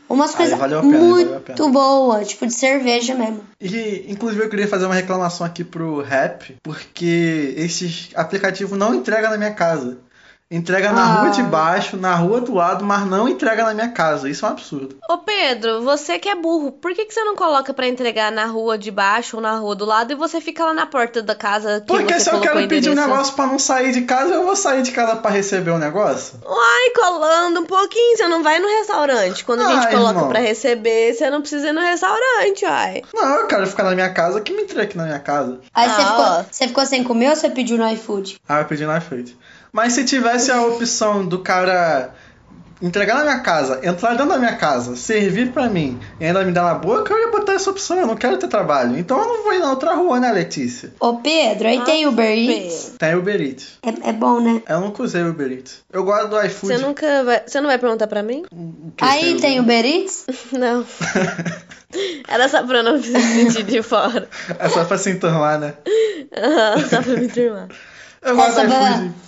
S3: Umas
S2: Aí
S3: coisas
S2: valeu a pena, aí valeu a
S3: muito boas. Tipo de cerveja mesmo.
S2: E, inclusive, eu queria fazer uma reclamação aqui pro Rap, porque esses aplicativos não entrega na minha casa. Entrega na
S3: Ah.
S2: rua de baixo, na rua do lado, mas não entrega na minha casa. Isso é um absurdo.
S4: Ô Pedro, você que é burro, por que, que você não coloca pra entregar na rua de baixo ou na rua do lado e você fica lá na porta da casa que
S2: Porque
S4: você
S2: se eu
S4: colocou
S2: quero
S4: o
S2: pedir um
S4: endereço?
S2: negócio pra não sair de casa, eu vou sair de casa pra receber o negócio?
S4: Uai, colando um pouquinho, você não vai no restaurante. Quando a gente
S2: Ai,
S4: coloca
S2: irmão.
S4: pra receber, você não precisa ir no restaurante, uai.
S2: Não, eu quero ficar na minha casa, que me entregue na minha casa.
S3: Aí
S4: Ah,
S3: você
S4: ó.
S3: ficou, você ficou sem comer ou você pediu no iFood?
S2: Ah, eu pedi na frente. Mas se tivesse a opção do cara entregar na minha casa, entrar dentro da minha casa, servir pra mim e ainda me dar na boca, eu ia botar essa opção. Eu não quero ter trabalho. Então eu não vou ir na outra rua, né, Letícia?
S3: Ô Pedro,
S4: Ah,
S3: aí tem Uber Eats.
S2: Tem Uber Eats.
S3: É, é bom, né?
S2: Eu nunca usei Uber Eats. Eu gosto do iFood.
S4: Você nunca vai. Você não vai perguntar pra mim?
S2: que
S3: Aí tem Uber Eats?
S4: Não. Era só pra eu não me sentir de fora.
S2: É só pra se enturmar, né?
S4: Aham, só pra me turmar.
S2: Eu gosto
S3: Essa
S2: do
S3: vai-
S2: iFood. é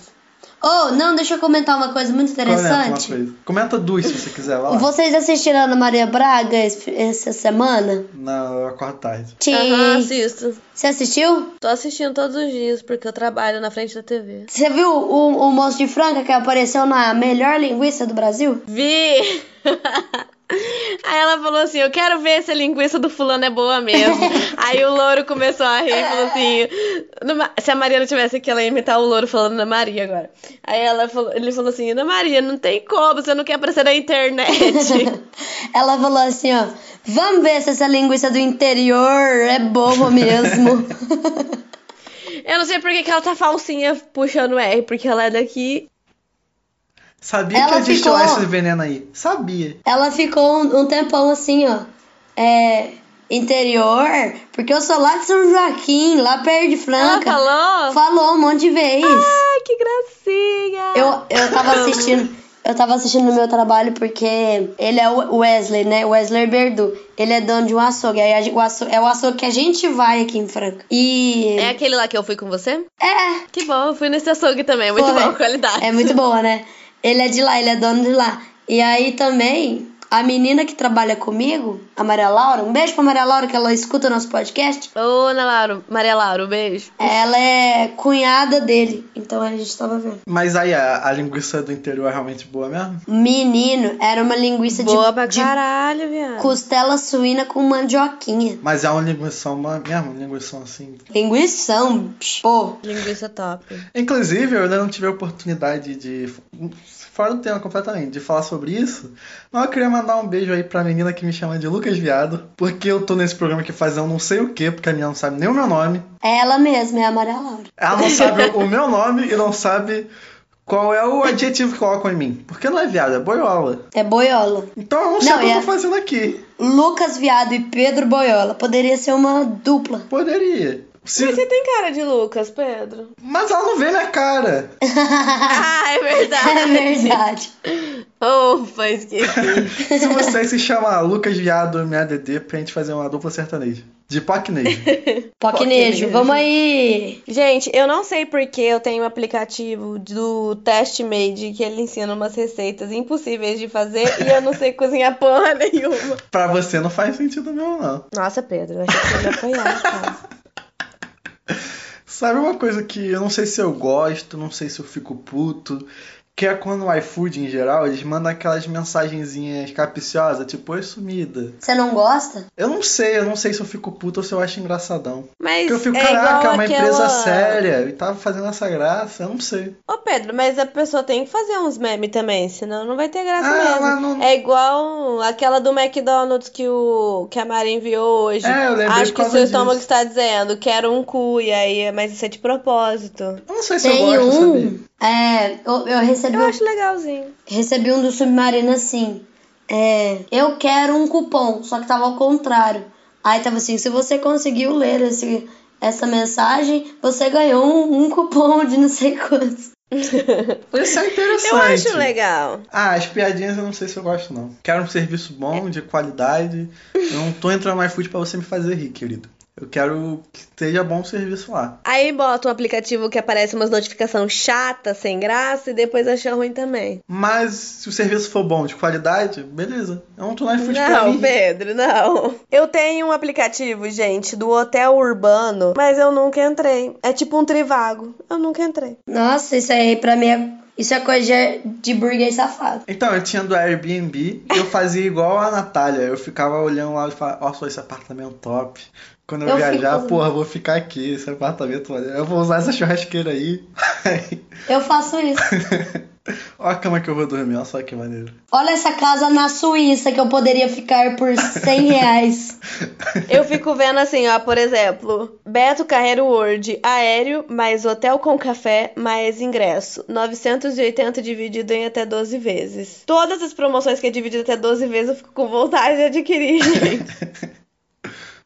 S3: Oh, não, deixa eu comentar uma coisa muito
S2: Comenta uma
S3: interessante.
S2: é coisa. Comenta duas se você quiser, vai lá.
S3: Vocês assistiram a Ana Maria Braga esse- essa semana?
S2: Não, eu acordo tarde.
S3: Sim.
S4: Aham, assisto.
S3: Você assistiu?
S4: Tô assistindo todos os dias, porque eu trabalho na frente da TV.
S3: Você viu o, o moço de Franca que apareceu na melhor linguiça do Brasil?
S4: Vi! Aí ela falou assim: Eu quero ver se a linguiça do fulano é boa mesmo. Aí o louro começou a rir e falou assim: "Numa- Se a Maria não tivesse aqui, ela ia imitar o louro falando da Maria agora. Aí ela falou- ele falou assim: Ana Maria, não tem como, você não quer aparecer na internet.
S3: Ela falou assim, ó. Vamos ver se essa linguiça do interior é boa mesmo.
S4: Eu não sei por que, que ela tá falsinha puxando R, porque ela é daqui.
S2: Sabia
S3: Ela
S2: que existe
S3: ficou-
S2: lá esse veneno aí. Sabia.
S3: Ela ficou um, um tempão assim, ó. É. Interior, porque eu sou lá de São Joaquim, lá perto de
S4: Ela
S3: Franca.
S4: falou?
S3: Falou um monte de vez.
S4: Ai, que gracinha!
S3: Eu, eu tava assistindo. Eu tava assistindo no meu trabalho porque ele é o Wesley, né? Wesley Berdu. Ele é dono de um açougue. Aí a gente- o açougue- é o açougue que a gente vai aqui em Franca. E.
S4: É aquele lá que eu fui com você?
S3: É,
S4: Que bom, eu fui nesse açougue também, é muito
S3: Foi.
S4: boa qualidade.
S3: é muito boa, né? Ele é de lá, ele é dono de lá. E aí também A menina que trabalha comigo, a Maria Laura, um beijo pra Maria Laura que ela escuta o nosso podcast.
S4: Ô, Ana Laura, Maria Laura, um beijo.
S3: Ela é cunhada dele, então a gente tava vendo.
S2: Mas aí, a, a linguiça do interior é realmente boa mesmo?
S3: Menino, era uma linguiça de-
S4: Boa pra
S3: de,
S4: caralho, viado.
S3: costela suína com mandioquinha.
S2: Mas é uma linguição ma- mesmo, linguição assim.
S3: Linguição, bicho. pô.
S4: Linguiça top.
S2: Inclusive, eu ainda não tive a oportunidade de. Fora do tema completamente, de falar sobre isso. Mas eu queria mandar um beijo aí pra menina que me chama de Lucas Viado. Porque eu tô nesse programa que faz eu não sei o que, porque a menina não sabe nem o meu nome.
S3: É ela mesma, é a Maria Laura.
S2: Ela não sabe o meu nome e não sabe qual é o adjetivo que colocam em mim. Porque não é viado, é boiola.
S3: É boiola.
S2: Então eu não sei
S3: Não,
S2: o que
S3: é-
S2: eu tô fazendo aqui.
S3: Lucas Viado e Pedro Boiola poderia ser uma dupla.
S2: Poderia. Se-
S4: Mas é- você tem cara de Lucas, Pedro.
S2: Mas ela não vê minha cara.
S4: Ah, é
S3: É
S4: verdade.
S3: verdade.
S4: Opa, esqueci.
S2: Se você se chama Lucas Viado MADD, pra gente fazer uma dupla sertaneja. De pacnejo.
S3: Poquinejo, vamos aí.
S4: Gente, eu não sei porque eu tenho um aplicativo do Test Made que ele ensina umas receitas impossíveis de fazer e eu não sei cozinhar porra nenhuma.
S2: Pra você não faz sentido mesmo, não.
S4: Nossa, Pedro, eu achei que você ia me apoiar, cara.
S2: Sabe uma coisa que eu não sei se eu gosto, não sei se eu fico puto, que é quando o iFood, em geral, eles mandam aquelas mensagenzinhas capciosas, tipo, oi sumida.
S3: Você não gosta?
S2: Eu não sei, eu não sei se eu fico puto ou se eu acho engraçadão.
S4: Mas
S2: Porque eu fico,
S4: é
S2: caraca, é
S4: igual
S2: uma
S4: aquela...
S2: empresa séria e tava fazendo essa graça, eu não sei.
S4: Ô, Pedro, mas a pessoa tem que fazer uns memes também, senão não vai ter graça
S2: Ah,
S4: mesmo.
S2: mas não-
S4: É igual aquela do McDonald's que, o... que a Mari enviou hoje.
S2: É, eu lembrei por
S4: Acho que o
S2: causa
S4: seu estômago
S2: disso.
S4: está dizendo, quero um cu, e aí, mas isso é de propósito.
S2: Eu não sei se eu
S3: Tem
S2: gosto,
S3: um.
S2: sabia?
S3: É, eu, eu recebi,
S2: Uhum.
S4: Eu acho legalzinho.
S3: recebi um do Submarino assim. É, eu quero um cupom, só que tava ao contrário. Aí tava assim, se você conseguiu ler esse, essa mensagem, você ganhou um, um cupom de não sei quantos.
S2: Isso é
S4: Eu acho
S2: interessante.
S4: legal.
S2: Ah, as piadinhas eu não sei se eu gosto, não. Quero um serviço
S3: É.
S2: bom, de qualidade. Eu não tô entrando no iFood pra você me fazer rir, querido. Eu quero que esteja bom o serviço lá.
S4: Aí bota um aplicativo que aparece umas notificações chatas, sem graça, e depois acha ruim também.
S2: Mas se o serviço for bom, de qualidade, beleza. Eu não tô no iFood pra
S4: Não,
S2: mim.
S4: Pedro, não. Eu tenho um aplicativo, gente, do Hotel Urbano, mas eu nunca entrei. É tipo um trivago. Eu nunca entrei.
S3: Nossa, isso aí pra mim é, isso é coisa de- de burguês safado.
S2: Então, eu tinha do Airbnb e eu fazia igual a Natália. Eu ficava olhando lá e falava, ó, só esse apartamento top. Quando eu,
S3: Eu fico
S2: viajar,
S3: fazendo-
S2: porra, eu vou ficar aqui, esse apartamento, maneiro. eu vou usar essa churrasqueira aí.
S3: Eu faço isso.
S2: Olha a cama que eu vou dormir, olha só que maneiro.
S3: Olha essa casa na Suíça que eu poderia ficar por 100 reais.
S4: Eu fico vendo assim, ó, por exemplo, Beto Carreiro World, aéreo, mais hotel com café, mais ingresso. 980 dividido em até 12 vezes. Todas as promoções que é dividido até 12 vezes, eu fico com vontade de adquirir, gente.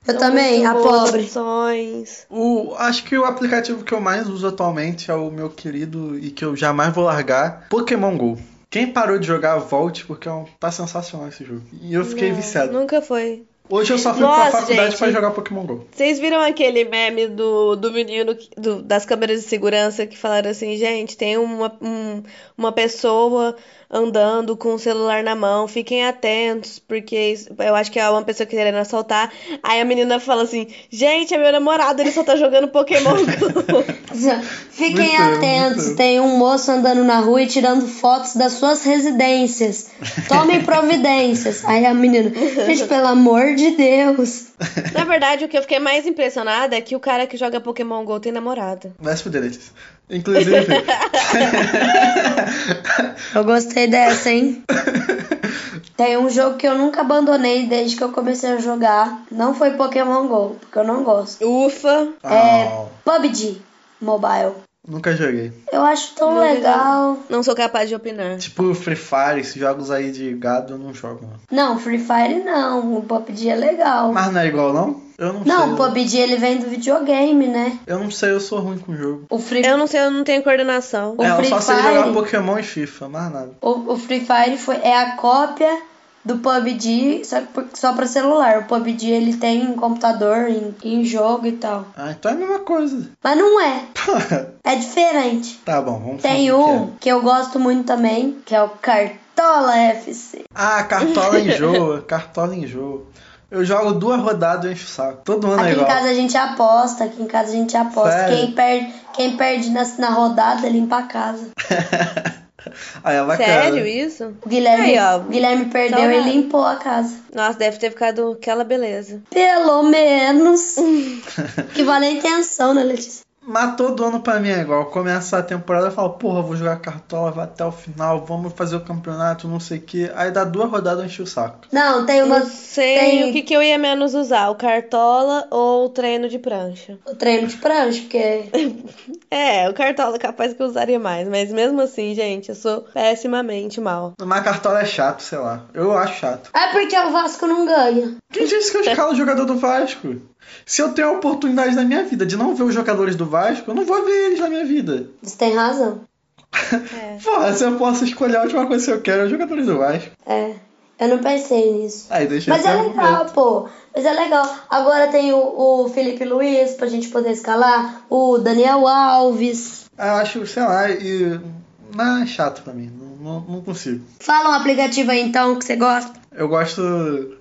S3: Eu também, a
S4: Muito boas
S3: pobre.
S4: opções.
S2: O, acho que o aplicativo que eu mais uso atualmente é o meu querido e que eu jamais vou largar, Pokémon GO. Quem parou de jogar, volte, porque é um- tá sensacional esse jogo. E eu fiquei
S4: Não,
S2: viciado.
S4: Nunca foi.
S2: Hoje eu só fui
S4: Nossa,
S2: pra faculdade
S4: gente.
S2: pra jogar Pokémon GO.
S4: Vocês viram aquele meme do, do menino que- do- das câmeras de segurança que falaram assim, gente, tem uma, um- uma pessoa andando com o celular na mão, fiquem atentos, porque isso- eu acho que é uma pessoa querendo assaltar. Aí a menina fala assim, gente, é meu namorado, ele só tá jogando Pokémon Go.
S3: Fiquem
S2: Muito,
S3: atentos,
S2: muito.
S3: tem um moço andando na rua e tirando fotos das suas residências. Tomem providências. Aí a menina, gente, pelo amor de Deus.
S4: Na verdade, o que eu fiquei mais impressionada é que o cara que joga Pokémon Go tem namorada.
S2: Vai se fuder, Letícia. Inclusive,
S3: Eu gostei dessa, hein? Tem um jogo que eu nunca abandonei desde que eu comecei a jogar. Não foi Pokémon GO, porque eu não gosto.
S4: Ufa!
S2: ah,
S3: PUBG Mobile.
S2: nunca joguei.
S3: Eu acho tão
S4: Não,
S3: legal.
S4: Não sou capaz de opinar.
S2: Tipo Free Fire, esses jogos aí de gado eu não jogo, não.
S3: Não, Free Fire não. O PUBG é legal.
S2: Mas não é igual, não? Eu não,
S3: Não,
S2: sei.
S3: o PUBG ele vem do videogame, né?
S2: Eu não sei, eu sou ruim com o jogo.
S3: O Free,
S4: Eu não sei, eu não tenho coordenação.
S3: O
S2: é, eu
S3: Free
S2: só sei
S3: Fire-
S2: jogar Pokémon e FIFA, mais nada.
S3: o, o Free Fire foi, é a cópia do PUBG, só, que por- só pra celular. O PUBG ele tem em computador, em, em jogo e tal.
S2: Ah, então é a mesma coisa.
S3: Mas não é. É diferente.
S2: Tá bom, vamos falar
S3: Tem
S2: o que é.
S3: um que eu gosto muito também, que é o Car Cartola FC.
S2: Ah, cartola enjoa, cartola enjoa. Eu jogo duas rodadas e eu encho o saco. Todo ano é
S3: Aqui em
S2: igual.
S3: casa a gente aposta, aqui em casa a gente aposta.
S2: Sério?
S3: Quem perde, quem perde na, na rodada limpa a casa.
S2: Aí é bacana.
S4: Sério isso?
S3: O Guilherme,
S4: Aí, ó.
S3: Guilherme perdeu
S4: Saudade.
S3: e limpou a casa.
S4: Nossa, deve ter ficado aquela beleza.
S3: Pelo menos. que vale a intenção, né, Letícia?
S2: Mas todo ano pra mim é igual. Começa a temporada, eu falo, porra, vou jogar cartola, vai até o final, vamos fazer o campeonato, não sei o que. Aí dá duas rodadas eu enchi o saco.
S3: Não, tem uma.
S4: Não sei
S3: tem-
S4: o que, que eu ia menos usar, o cartola ou o treino de prancha.
S3: O treino de prancha, porque.
S4: É, o cartola capaz que eu usaria mais, mas mesmo assim, gente, eu sou pessimamente mal.
S2: Mas cartola é chato, sei lá. Eu acho chato.
S3: É porque o Vasco não ganha.
S2: Quem disse
S3: Tá.
S2: que eu escalo o jogador do Vasco? Se eu tenho a oportunidade na minha vida de não ver os jogadores do Vasco, eu não vou ver eles na minha vida.
S3: Você tem razão. É.
S2: Porra, se eu posso escolher a última coisa que eu quero, é os jogadores do Vasco.
S3: É. Eu não pensei nisso.
S2: Aí deixa
S3: Mas
S2: esse
S3: é
S2: argumento.
S3: legal, pô. Mas é legal. Agora tem o, o Felipe Luiz pra gente poder escalar. O Daniel Alves.
S2: Ah, acho, sei lá, e. Não, é chato pra mim. Não, não, não consigo.
S3: Fala um aplicativo aí então que você gosta.
S2: Eu gosto.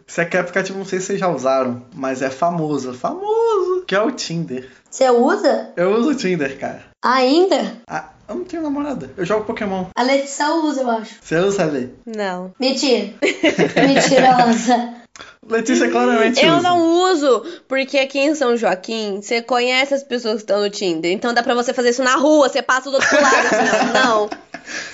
S2: Se é que é aplicativo, não sei se vocês já usaram, mas é famoso. Famoso! Que é o Tinder.
S3: Você usa?
S2: Eu uso o Tinder, cara.
S3: Ainda?
S2: Ah, eu não tenho namorada. Eu jogo Pokémon.
S3: A Letícia usa, eu acho.
S2: Você usa, Lê?
S4: Não.
S3: Mentira. Mentirosa.
S2: Letícia claramente
S4: Hum, Eu
S2: usa.
S4: não uso, porque aqui em São Joaquim, você conhece as pessoas que estão no Tinder. Então dá pra você fazer isso na rua, você passa do outro lado. assim, ó. não.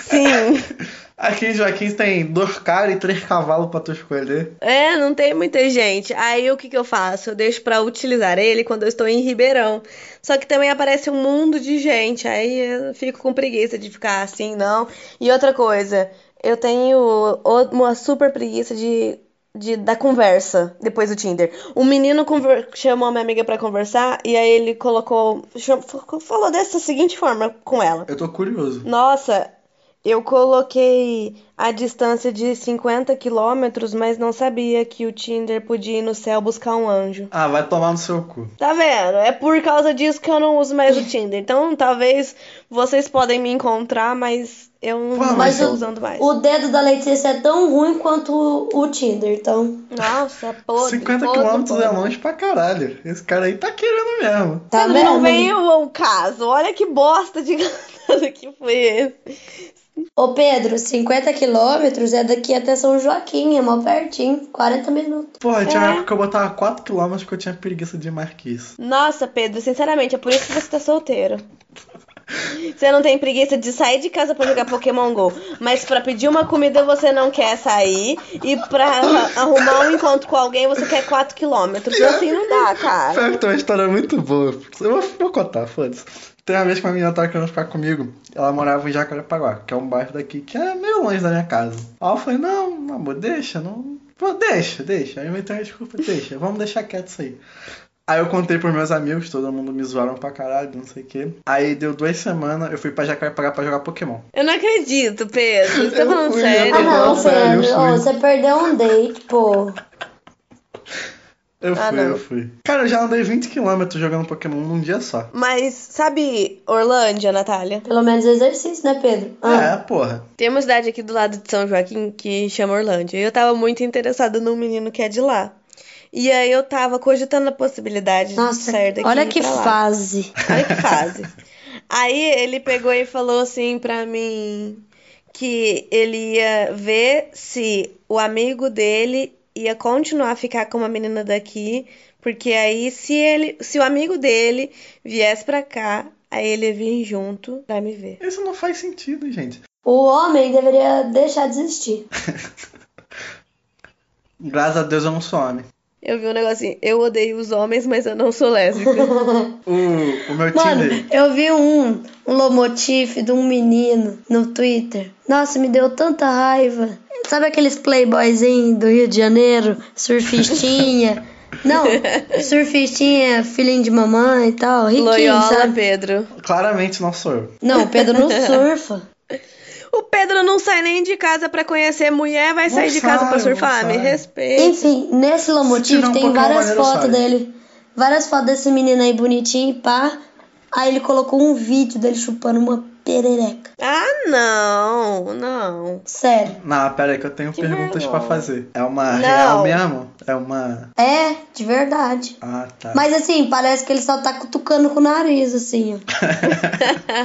S4: Sim.
S2: Aqui em Joaquim tem dois caras e três cavalos pra tu escolher.
S4: É, não tem muita gente. Aí o que, que eu faço? Eu deixo pra utilizar ele quando eu estou em Ribeirão. Só que também aparece um mundo de gente. Aí eu fico com preguiça de ficar assim, não. E outra coisa, eu tenho o- uma super preguiça de, de da conversa depois do Tinder. Um menino conver- chamou a minha amiga pra conversar e aí ele colocou, cham- falou dessa seguinte forma com ela.
S2: Eu tô curioso.
S4: Nossa, eu coloquei a distância de 50 quilômetros, mas não sabia que o Tinder podia ir no céu buscar um anjo.
S2: Ah, vai tomar no seu cu.
S4: Tá vendo? É por causa disso que eu não uso mais o Tinder. Então, talvez vocês podem me encontrar, mas eu não
S2: Pô,
S4: estou
S2: mas
S3: o-
S4: usando mais.
S3: O dedo da Letícia é tão ruim quanto o, o Tinder, então.
S4: Nossa, é podre,
S2: 50
S4: podre,
S2: quilômetros é
S4: podre.
S2: longe pra caralho. Esse cara aí tá querendo mesmo.
S3: Tá
S4: Mas não
S3: vendo?
S4: veio ao caso. Olha que bosta de gato que foi esse.
S3: Ô Pedro, 50 quilômetros é daqui até São Joaquim, é mó pertinho, 40 minutos.
S2: Porra, tinha uma
S4: É.
S2: época que eu botava 4km porque eu tinha preguiça de mais que isso.
S4: Nossa, Pedro, sinceramente, é por isso que você tá solteiro. Você não tem preguiça de sair de casa pra jogar Pokémon Go, mas pra pedir uma comida você não quer sair e pra arrumar um encontro com alguém você quer 4 quilômetros. Assim não dá, cara.
S2: Pior que é, tem uma história muito boa. Eu vou, vou contar, foda-se. Tem uma vez que uma menina tava querendo ficar comigo. Ela morava em Jacarepaguá, que é um bairro daqui que é meio longe da minha casa. Aí eu falei, não, amor, deixa, não. Pô, deixa, deixa. Aí eu inventei uma desculpa, deixa, vamos deixar quieto isso aí. Aí eu contei pros meus amigos, todo mundo me zoaram pra caralho, não sei o quê. Aí deu duas semanas, eu fui pra Jacarepaguá pra jogar Pokémon.
S4: Eu não acredito, Pedro. Você tá
S2: Eu
S4: falando
S2: fui,
S4: sério?
S3: Ah, não,
S2: Nossa, É eu
S3: Pedro,
S2: fui.
S3: ô, você perdeu um date, pô.
S2: Eu
S4: Ah,
S2: fui,
S4: não.
S2: eu fui. Cara, eu já andei 20km jogando Pokémon num dia só.
S4: Mas sabe Orlândia, Natália?
S3: Pelo menos exercício, né, Pedro? Ah,
S2: É, porra.
S4: Tem uma cidade aqui do lado de São Joaquim que chama Orlândia. E eu tava muito interessada num menino que é de lá. E aí eu tava cogitando a possibilidade de
S3: Nossa,
S4: sair daqui e
S3: olha
S4: ir
S3: que
S4: pra lá.
S3: fase.
S4: Olha que fase. Aí ele pegou e falou assim pra mim que ele ia ver se o amigo dele ia continuar a ficar com uma menina daqui, porque aí se ele, se o amigo dele viesse pra cá, aí ele ia vir junto pra me ver.
S2: Isso não faz sentido, gente.
S3: O homem deveria deixar de existir.
S2: Graças a Deus eu não sou homem.
S4: Eu vi um negócio assim, eu odeio os homens, mas eu não sou lésbica.
S2: O, o meu
S3: Mano,
S2: Tinder.
S3: eu vi um, um lomotif de um menino no Twitter. Nossa, me deu tanta raiva. Sabe aqueles playboyzinhos do Rio de Janeiro? Surfistinha. Não, surfistinha, filhinho de mamãe e tal, riquinho,
S4: Loyola,
S3: sabe?
S4: Pedro.
S2: Claramente não sou eu.
S3: Não, o Pedro não surfa.
S4: O Pedro não sai nem de casa pra conhecer mulher, vai
S2: Não
S4: sair de casa
S2: sai,
S4: pra
S2: não
S4: surfar? Me
S2: sai.
S4: respeita.
S3: Enfim,
S2: Se
S3: nesse
S2: tiver
S3: Lomotif
S2: um
S3: tem
S2: Pokémon
S3: várias
S2: maneiro,
S3: fotos
S2: sai.
S3: dele. Várias fotos desse menino aí bonitinho, pá. Aí ele colocou um vídeo dele chupando uma perereca.
S4: Ah, não, não.
S3: Sério.
S2: Não, pera aí que eu tenho
S4: Que
S2: perguntas
S4: vergonha.
S2: pra fazer. É uma
S4: Não.
S2: real mesmo? É uma.
S3: É, de verdade.
S2: Ah, tá.
S3: Mas assim, parece que ele só tá cutucando com o nariz, assim, ó.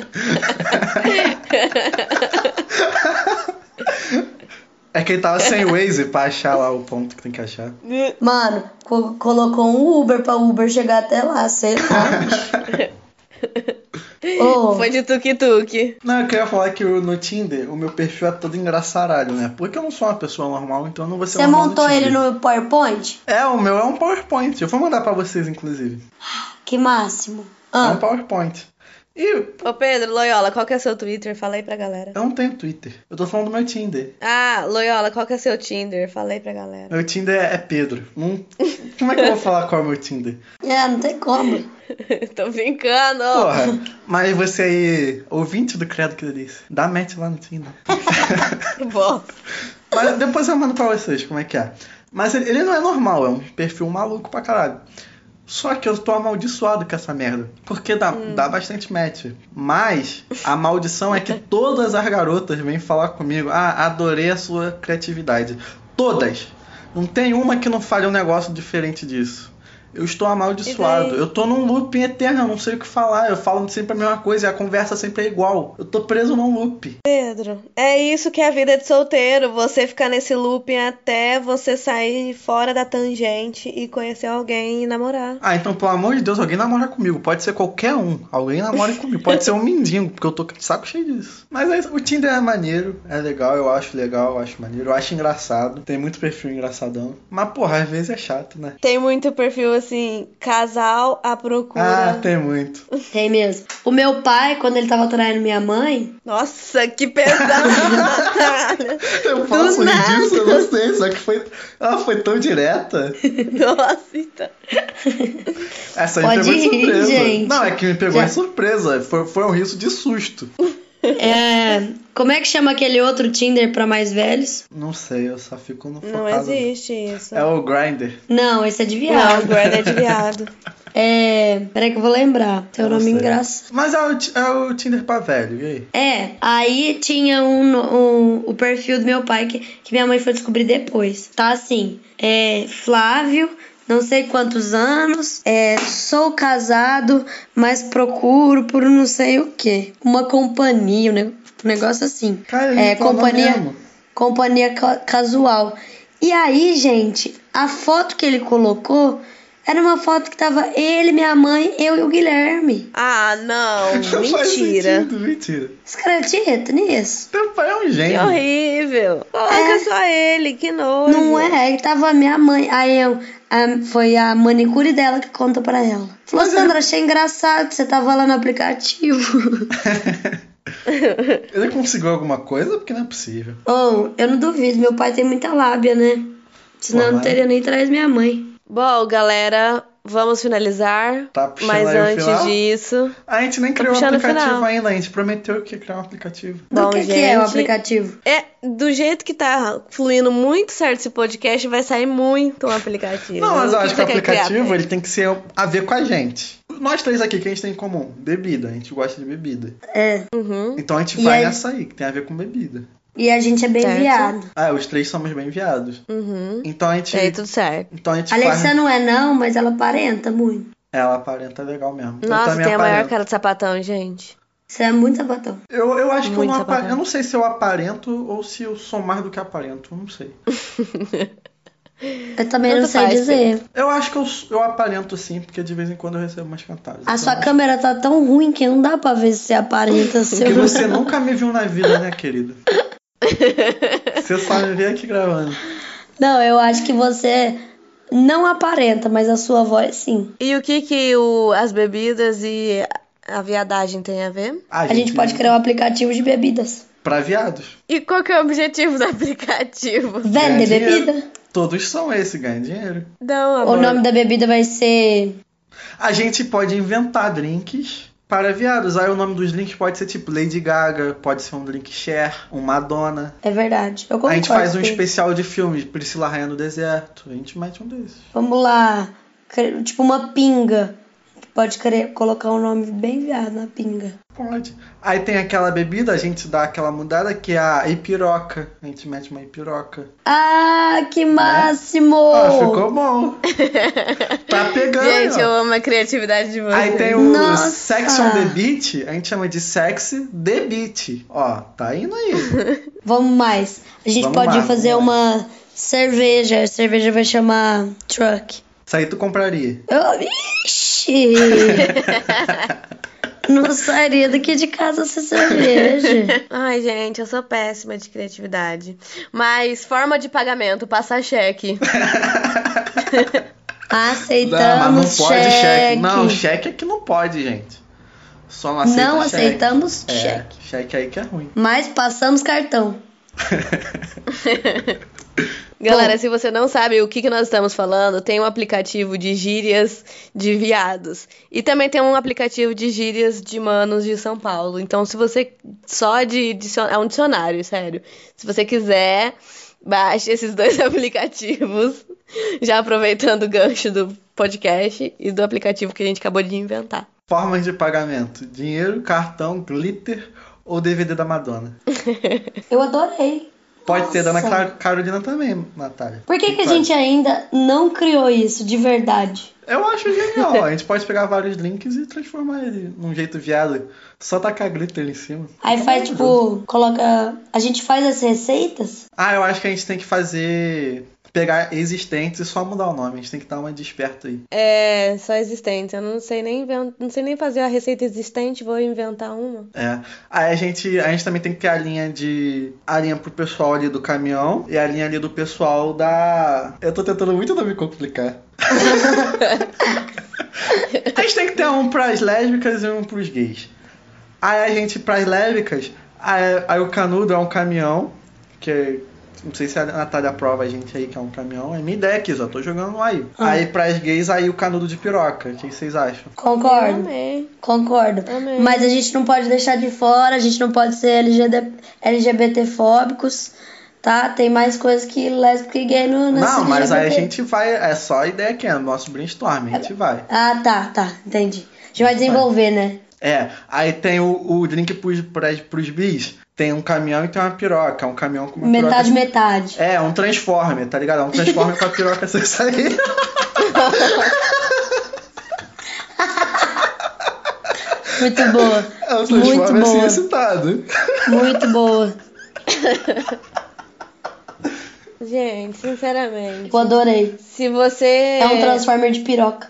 S2: É que ele tava sem Waze pra achar lá o ponto que tem que achar.
S3: Mano, co- colocou um Uber pra Uber chegar até lá, sei lá. Ô,
S4: Foi de tuk-tuk.
S2: Não, eu queria falar que o- no Tinder o meu perfil é todo engraçaralho, né? Porque eu não sou uma pessoa normal, então eu não vou ser
S3: você
S2: normal
S3: montou
S2: Tinder.
S3: ele no PowerPoint?
S2: É, o meu é um PowerPoint. Eu vou mandar pra vocês, inclusive.
S3: Que máximo.
S2: É
S3: Ah,
S2: um PowerPoint. E
S4: Ô, Pedro, Loyola, qual que é o seu Twitter? Fala aí pra galera.
S2: eu não tenho Twitter. Eu tô falando do meu Tinder.
S4: Ah, Loyola, qual que é o seu Tinder? Fala aí pra galera.
S2: Meu Tinder é Pedro. Não- Como é que eu vou falar qual é o meu Tinder?
S3: é, não tem como.
S4: Tô brincando.
S2: Porra, mas você aí, ouvinte do Credo que Delícia, dá match lá no Tinder.
S4: Bom,
S2: Mas depois eu mando pra vocês como é que é. Mas ele, ele não é normal, é um perfil maluco pra caralho. Só que eu tô amaldiçoado com essa merda. Porque dá,
S4: Hum.
S2: dá bastante match. Mas a maldição é que todas as garotas vêm falar comigo. Ah, adorei a sua criatividade. Todas. Não tem uma que não fale um negócio diferente disso. Eu estou
S4: E
S2: amaldiçoado.
S4: daí?
S2: Eu tô num loop eterno, eu não sei o que falar. Eu falo sempre a mesma coisa e a conversa sempre é igual. Eu tô preso num loop.
S4: Pedro, é isso que é a vida de solteiro. Você ficar nesse looping até você sair fora da tangente e conhecer alguém e namorar.
S2: Ah, então, pelo amor de Deus, alguém namora comigo. Pode ser qualquer um. Alguém namora comigo. Pode ser um mendigo, porque eu tô de saco cheio disso. Mas é isso. o Tinder é maneiro, é legal, eu acho legal, eu acho maneiro, eu acho engraçado. Tem muito perfil engraçadão. Mas, porra, às vezes é chato, né?
S4: Tem muito perfil assim, casal à
S2: Ah,
S4: procura.
S2: tem muito.
S3: Tem mesmo. O meu pai, quando ele tava traindo minha mãe,
S4: Nossa, que pesado! Natália.
S2: Eu falo
S4: Do nada.
S2: disso, eu não sei, só que foi. Ela foi tão direta.
S4: Nossa, então.
S2: Essa aí
S3: Pode
S2: pegou de
S3: rir,
S2: surpresa.
S3: gente.
S2: Não, é que me pegou
S3: Já-
S2: de surpresa. Foi, foi um riso de susto.
S3: é. Como é que chama aquele outro Tinder pra mais velhos?
S2: Não sei, eu só fico no
S4: Não
S2: focado.
S4: existe isso.
S2: É o Grindr.
S3: Não, esse é de
S4: Não,
S3: viado.
S4: guarda é de viado.
S3: É. Peraí que eu vou lembrar. Seu
S2: Não
S3: nome
S2: sei.
S3: engraçado.
S2: Mas é o, ti- é o Tinder pra velho, e aí?
S3: É, aí tinha um, no- um- o perfil do meu pai que, que minha mãe foi descobrir depois. Tá assim, é Flávio, não sei quantos anos, é, sou casado, mas procuro por não sei o quê. Uma companhia, um ne- um negócio assim.
S2: Cara, ele
S3: é,
S2: Tá falou
S3: companhia,
S2: mesmo.
S3: companhia ca- casual. E aí, gente, a foto que ele colocou era uma foto que tava ele, minha mãe, eu e o Guilherme.
S4: Ah, não,
S2: Não faz
S4: mentira.
S2: sentido, mentira.
S3: Você acredita nisso?
S2: Teu pai é um
S4: Que
S2: gênio.
S4: horrível.
S2: É.
S4: Coloca só ele, que nojo.
S3: Não é, aí tava a minha mãe. Aí eu. a- foi a manicure dela que conta pra ela. Falou,
S4: Uhum.
S3: Sandra, achei engraçado, que você tava lá no aplicativo.
S2: Ele conseguiu alguma coisa? Porque não é possível.
S3: Ou, eu não duvido, meu pai tem muita lábia, né? Senão eu não
S2: Claro.
S3: teria nem atrás minha mãe.
S4: Bom, galera, vamos finalizar.
S2: Tá puxando
S4: Mas
S2: aí o
S4: antes
S2: final?
S4: disso,
S2: A gente nem criou um
S4: puxando o
S2: aplicativo
S4: final.
S2: ainda, a gente prometeu que ia criar um aplicativo.
S3: Do
S4: Bom,
S3: que, que é o
S4: gente.
S3: aplicativo?
S4: é do jeito que tá fluindo muito certo esse podcast, vai sair muito um aplicativo.
S2: Não, mas eu
S4: O
S2: acho que o
S4: você quer criar,
S2: aplicativo
S4: Pedro?
S2: ele tem que ser a ver com a gente. Nós três aqui, o que a gente tem em comum? Bebida, a gente gosta de bebida.
S3: É.
S4: Uhum.
S2: Então a gente
S3: E
S2: vai
S3: aí-
S2: nessa aí, que tem a ver com bebida.
S3: E a gente é bem
S4: Certo. Tipo,
S3: viado.
S2: Ah, os três somos bem viados.
S4: Uhum.
S2: Então a gente.
S4: E aí, tudo certo.
S2: Então a gente
S3: A Alexia
S2: faz.
S3: não é, não, mas ela aparenta muito.
S2: Ela aparenta legal mesmo. eu
S4: Nossa,
S2: também
S4: tem a maior
S2: aparento.
S4: cara de sapatão, gente.
S3: Você é muito sapatão.
S2: Eu, eu acho que eu
S4: Muito
S2: não aparento.
S4: sapatão.
S2: Eu não sei se eu aparento ou se eu sou mais do que aparento. eu Não sei.
S3: Eu também
S4: Tanto
S3: não sei
S4: faz,
S3: dizer.
S2: Eu acho que eu, eu aparento sim, porque de vez em quando eu recebo umas cantadas.
S3: A
S2: Então,
S3: sua
S2: eu acho-
S3: câmera tá tão ruim que não dá pra ver se você aparenta seu.
S2: Porque você nunca me viu na vida, né, querido? Você só me vê aqui gravando.
S3: Não, eu acho que você não aparenta, mas a sua voz sim.
S4: E o que que o, as bebidas e a viadagem tem a ver?
S2: Ah,
S3: A gente pode criar um aplicativo de bebidas.
S2: Pra viados.
S4: E qual que é o objetivo do aplicativo?
S3: Vender
S2: Ganhar dinheiro.
S3: bebida?
S2: Todos são esse, ganha dinheiro.
S4: Não, amor.
S3: O nome da bebida vai ser.
S2: A gente pode inventar drinks para viados. Aí o nome dos drinks pode ser tipo Lady Gaga, pode ser um drink share, um Madonna.
S3: É verdade. Eu concordo.
S2: a gente faz um
S3: Pedro.
S2: especial de filme, Priscila Rainha no Deserto. A gente mete um desses.
S3: Vamos lá. Cre- Tipo uma pinga. Pode querer colocar um nome bem viado na pinga.
S2: Pode. Aí tem aquela bebida, a gente dá aquela mudada que é a ipiroca. A gente mete uma ipiroca.
S3: Ah, que máximo!
S2: Ó, Né? Ah, ficou bom. Tá pegando.
S4: Gente,
S2: ó.
S4: eu amo a criatividade de vocês.
S2: Aí tem o
S3: Nossa!
S2: Sex on the Beat, a gente chama de Sex the Beat. Ó, tá indo aí.
S3: Vamos mais. A gente
S2: Vamos
S3: pode
S2: mais,
S3: fazer
S2: vamos
S3: uma cerveja. A cerveja vai chamar truck.
S2: Isso aí tu compraria.
S3: Eu... Ixi! Não sairia daqui de casa sem cerveja.
S4: Ai, gente, eu sou péssima de criatividade. Mas forma de pagamento, passar cheque.
S2: não,
S3: Aceitamos
S2: mas não pode cheque.
S3: cheque.
S2: Não, cheque é que não pode, gente. Só não aceita
S3: Não
S2: cheque.
S3: aceitamos
S2: É,
S3: cheque.
S2: cheque aí que é ruim.
S3: Mas passamos cartão.
S4: Galera, se você não sabe o que, que nós estamos falando, tem um aplicativo de gírias de viados. E também tem um aplicativo de gírias de manos de São Paulo. Então, se você. Só de. dicio- É um dicionário, sério. Se você quiser, baixe esses dois aplicativos. Já aproveitando o gancho do podcast e do aplicativo que a gente acabou de inventar.
S2: Formas de pagamento: dinheiro, cartão, glitter ou DVD da Madonna.
S3: Eu adorei.
S2: Pode ter da Ana
S3: Nossa.
S2: Cla- Carolina também, Natália.
S3: Por que, que a
S2: Sabe?
S3: gente é- ainda não criou isso de verdade?
S2: Eu acho genial. A gente pode pegar vários links e transformar ele num jeito viado. Só tacar glitter em cima.
S3: Aí faz tipo, coloca. A gente faz as receitas?
S2: Ah, eu acho que a gente tem que fazer. Pegar existentes e só mudar o nome. A gente tem que dar uma desperta aí.
S4: É, só existente. Eu não sei nem inven- não sei nem fazer a receita existente, vou inventar uma.
S2: É. Aí a gente, a gente também tem que ter a linha de. A linha pro pessoal ali do caminhão e a linha ali do pessoal da. Eu tô tentando muito não me complicar. a gente tem que ter um pras lésbicas e um pros gays. Aí a gente, pras lésbicas, aí, aí o canudo é um caminhão, que não sei se a Natália aprova a gente aí que é um caminhão. É minha ideia aqui, só tô jogando aí.
S3: Ah.
S2: Aí pras gays, aí o canudo de piroca. O que vocês acham?
S3: Concordo.
S4: Amei.
S3: Concordo.
S4: Amém.
S3: Mas a gente não pode deixar de fora, a gente não pode ser LGD... LGBTfóbicos, tá? Tem mais coisas que lésbica e gay no nesse
S2: Não, mas aí a
S3: LGBT.
S2: gente vai. É só a ideia que é, o nosso brainstorm, a gente vai.
S3: Ah, tá, tá, entendi. A gente vai desenvolver, né?
S2: É, aí tem o, o drink pros, pras- pros bis, tem um caminhão e tem uma piroca. Um caminhão com uma piroca.
S3: Metade, metade.
S2: É, um transformer, tá ligado? É Um transformer com a piroca assim, sem sair.
S3: Muito boa.
S2: É um
S3: Muito
S2: transformer assim
S3: boa.
S2: excitado.
S3: Muito boa.
S4: Gente, sinceramente,
S3: Eu adorei.
S4: se você
S3: É um transformer de piroca.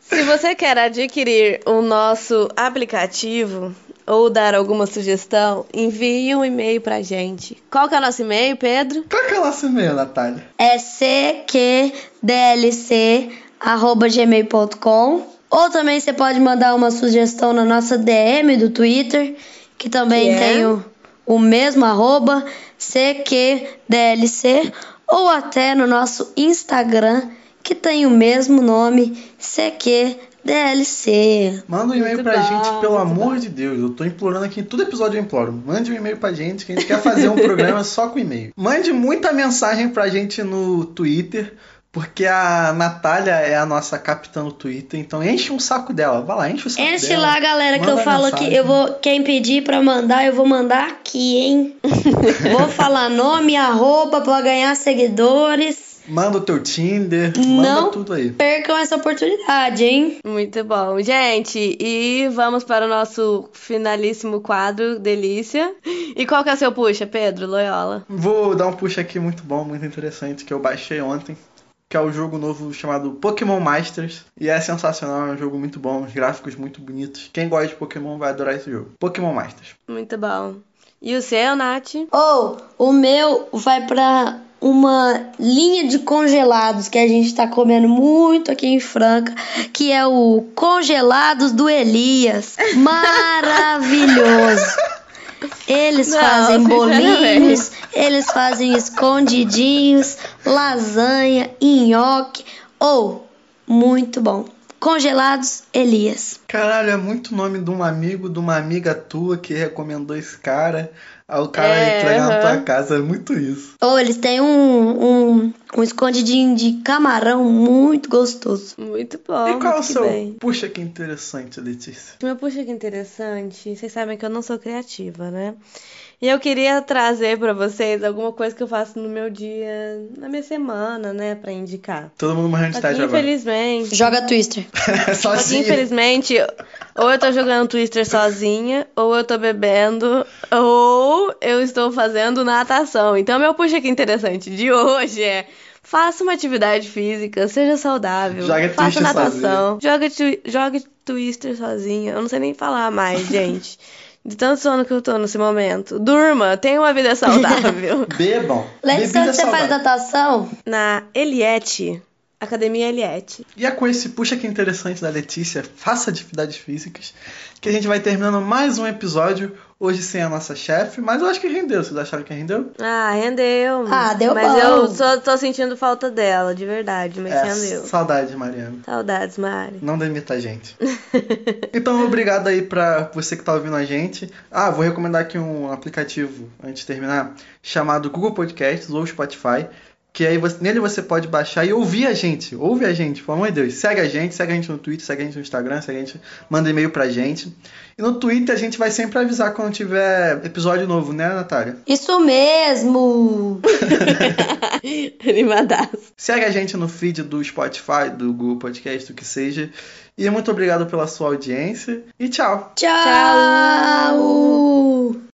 S4: se você quer adquirir o nosso aplicativo ou dar alguma sugestão, envie um e-mail pra gente. Qual que é o nosso e-mail, Pedro?
S2: Qual que é o nosso e-mail, Natália?
S3: é cqdlc.gmail.com ou também você pode mandar uma sugestão na nossa DM do Twitter, que também
S4: Que é?
S3: tem o, o mesmo arroba, cqdlc, ou até no nosso Instagram, que tem o mesmo nome, cqdlc.
S2: Manda um e-mail
S4: Muito
S2: pra
S4: bom,
S2: gente, pelo
S4: muito
S2: amor de Deus. Eu tô implorando aqui, em todo episódio eu imploro. Mande um e-mail pra gente, que a gente quer fazer um programa só com e-mail. Mande muita mensagem pra gente no Twitter, porque a Natália é a nossa capitã no Twitter, então enche um saco dela. Vai lá, enche o saco
S3: Enche
S2: dela.
S3: lá, galera, que
S2: Manda
S3: eu falo
S2: mensagem.
S3: que eu vou. Quem pedir pra mandar, eu vou mandar aqui, hein? vou falar nome, arroba pra ganhar seguidores.
S2: Manda o teu Tinder, manda
S3: Não.
S2: tudo aí.
S3: percam essa oportunidade, hein?
S4: Muito bom, gente. E vamos para o nosso finalíssimo quadro, delícia. E qual que é o seu puxa, Pedro Loyola?
S2: Vou dar um puxa aqui muito bom, muito interessante, que eu baixei ontem. Que é o jogo novo chamado Pokémon Masters. E é sensacional, é um jogo muito bom, os gráficos muito bonitos. Quem gosta de Pokémon vai adorar esse jogo. Pokémon Masters.
S4: Muito bom. E o seu, Nath?
S3: Ou o meu vai pra uma linha de congelados que a gente tá comendo muito aqui em Franca, que é o Congelados do Elias. Maravilhoso. Eles
S4: Não,
S3: fazem
S4: sinceramente.
S3: bolinhos, eles fazem escondidinhos, lasanha, nhoque. Ou, muito bom. Congelados Elias.
S2: Caralho, é muito nome de um amigo, de uma amiga tua que recomendou esse cara. Aí o cara
S4: É,
S2: entrega na tua
S4: aham.
S2: casa, é muito isso.
S3: Ou eles têm um, um, um escondidinho de camarão muito gostoso.
S4: Muito bom.
S2: e qual é o
S4: muito
S2: seu.
S4: bem.
S2: Puxa que interessante, Letícia.
S4: Mas, Puxa, que interessante. Vocês sabem que eu não sou criativa, né? E eu queria trazer pra vocês alguma coisa que eu faço no meu dia, na minha semana, né, Pra indicar.
S2: Todo mundo morrendo de
S4: Só que,
S2: tédio agora.
S4: infelizmente,
S3: Joga Twister.
S2: É
S4: só que,
S2: sozinho.
S4: infelizmente, ou eu tô jogando Twister sozinha, ou eu tô bebendo, ou eu estou fazendo natação. Então, meu puxa que interessante de hoje é faça uma atividade física, seja saudável,
S2: Joga
S4: faça
S2: Twister
S4: natação, joga, twi- joga Twister sozinha. Eu não sei nem falar mais, gente. De tanto sono que eu tô nesse momento. Durma, tenha uma vida saudável.
S2: Bebam.
S3: Lembra
S2: Bebida
S3: que você
S2: saudável.
S3: faz natação?
S4: Na Eliette, Academia Eliette.
S2: E é com esse puxa que interessante da Letícia, faça atividades físicas, que a gente vai terminando mais um episódio, hoje sem a nossa chefe, mas eu acho que rendeu, vocês acharam que rendeu?
S4: Ah, rendeu.
S3: Ah, deu
S4: Mas
S3: bom.
S4: eu só tô sentindo falta dela, de verdade, mas rendeu.
S2: É, saudade, Mariana.
S4: Saudades, Mari.
S2: Não demita a gente. então, obrigado aí pra você que tá ouvindo a gente. Ah, vou recomendar aqui um aplicativo, antes de terminar, chamado Google Podcasts ou Spotify, que aí você- nele você pode baixar e ouvir a gente. Ouve a gente, pelo amor de Deus. Segue a gente, segue a gente no Twitter, segue a gente no Instagram, segue a gente, manda e-mail pra gente. E no Twitter a gente vai sempre avisar quando tiver episódio novo, né, Natália?
S3: Isso mesmo!
S4: Animadaço.
S2: Segue a gente no feed do Spotify, do Google Podcast, o que seja. E muito obrigado pela sua audiência. E tchau!
S3: Tchau!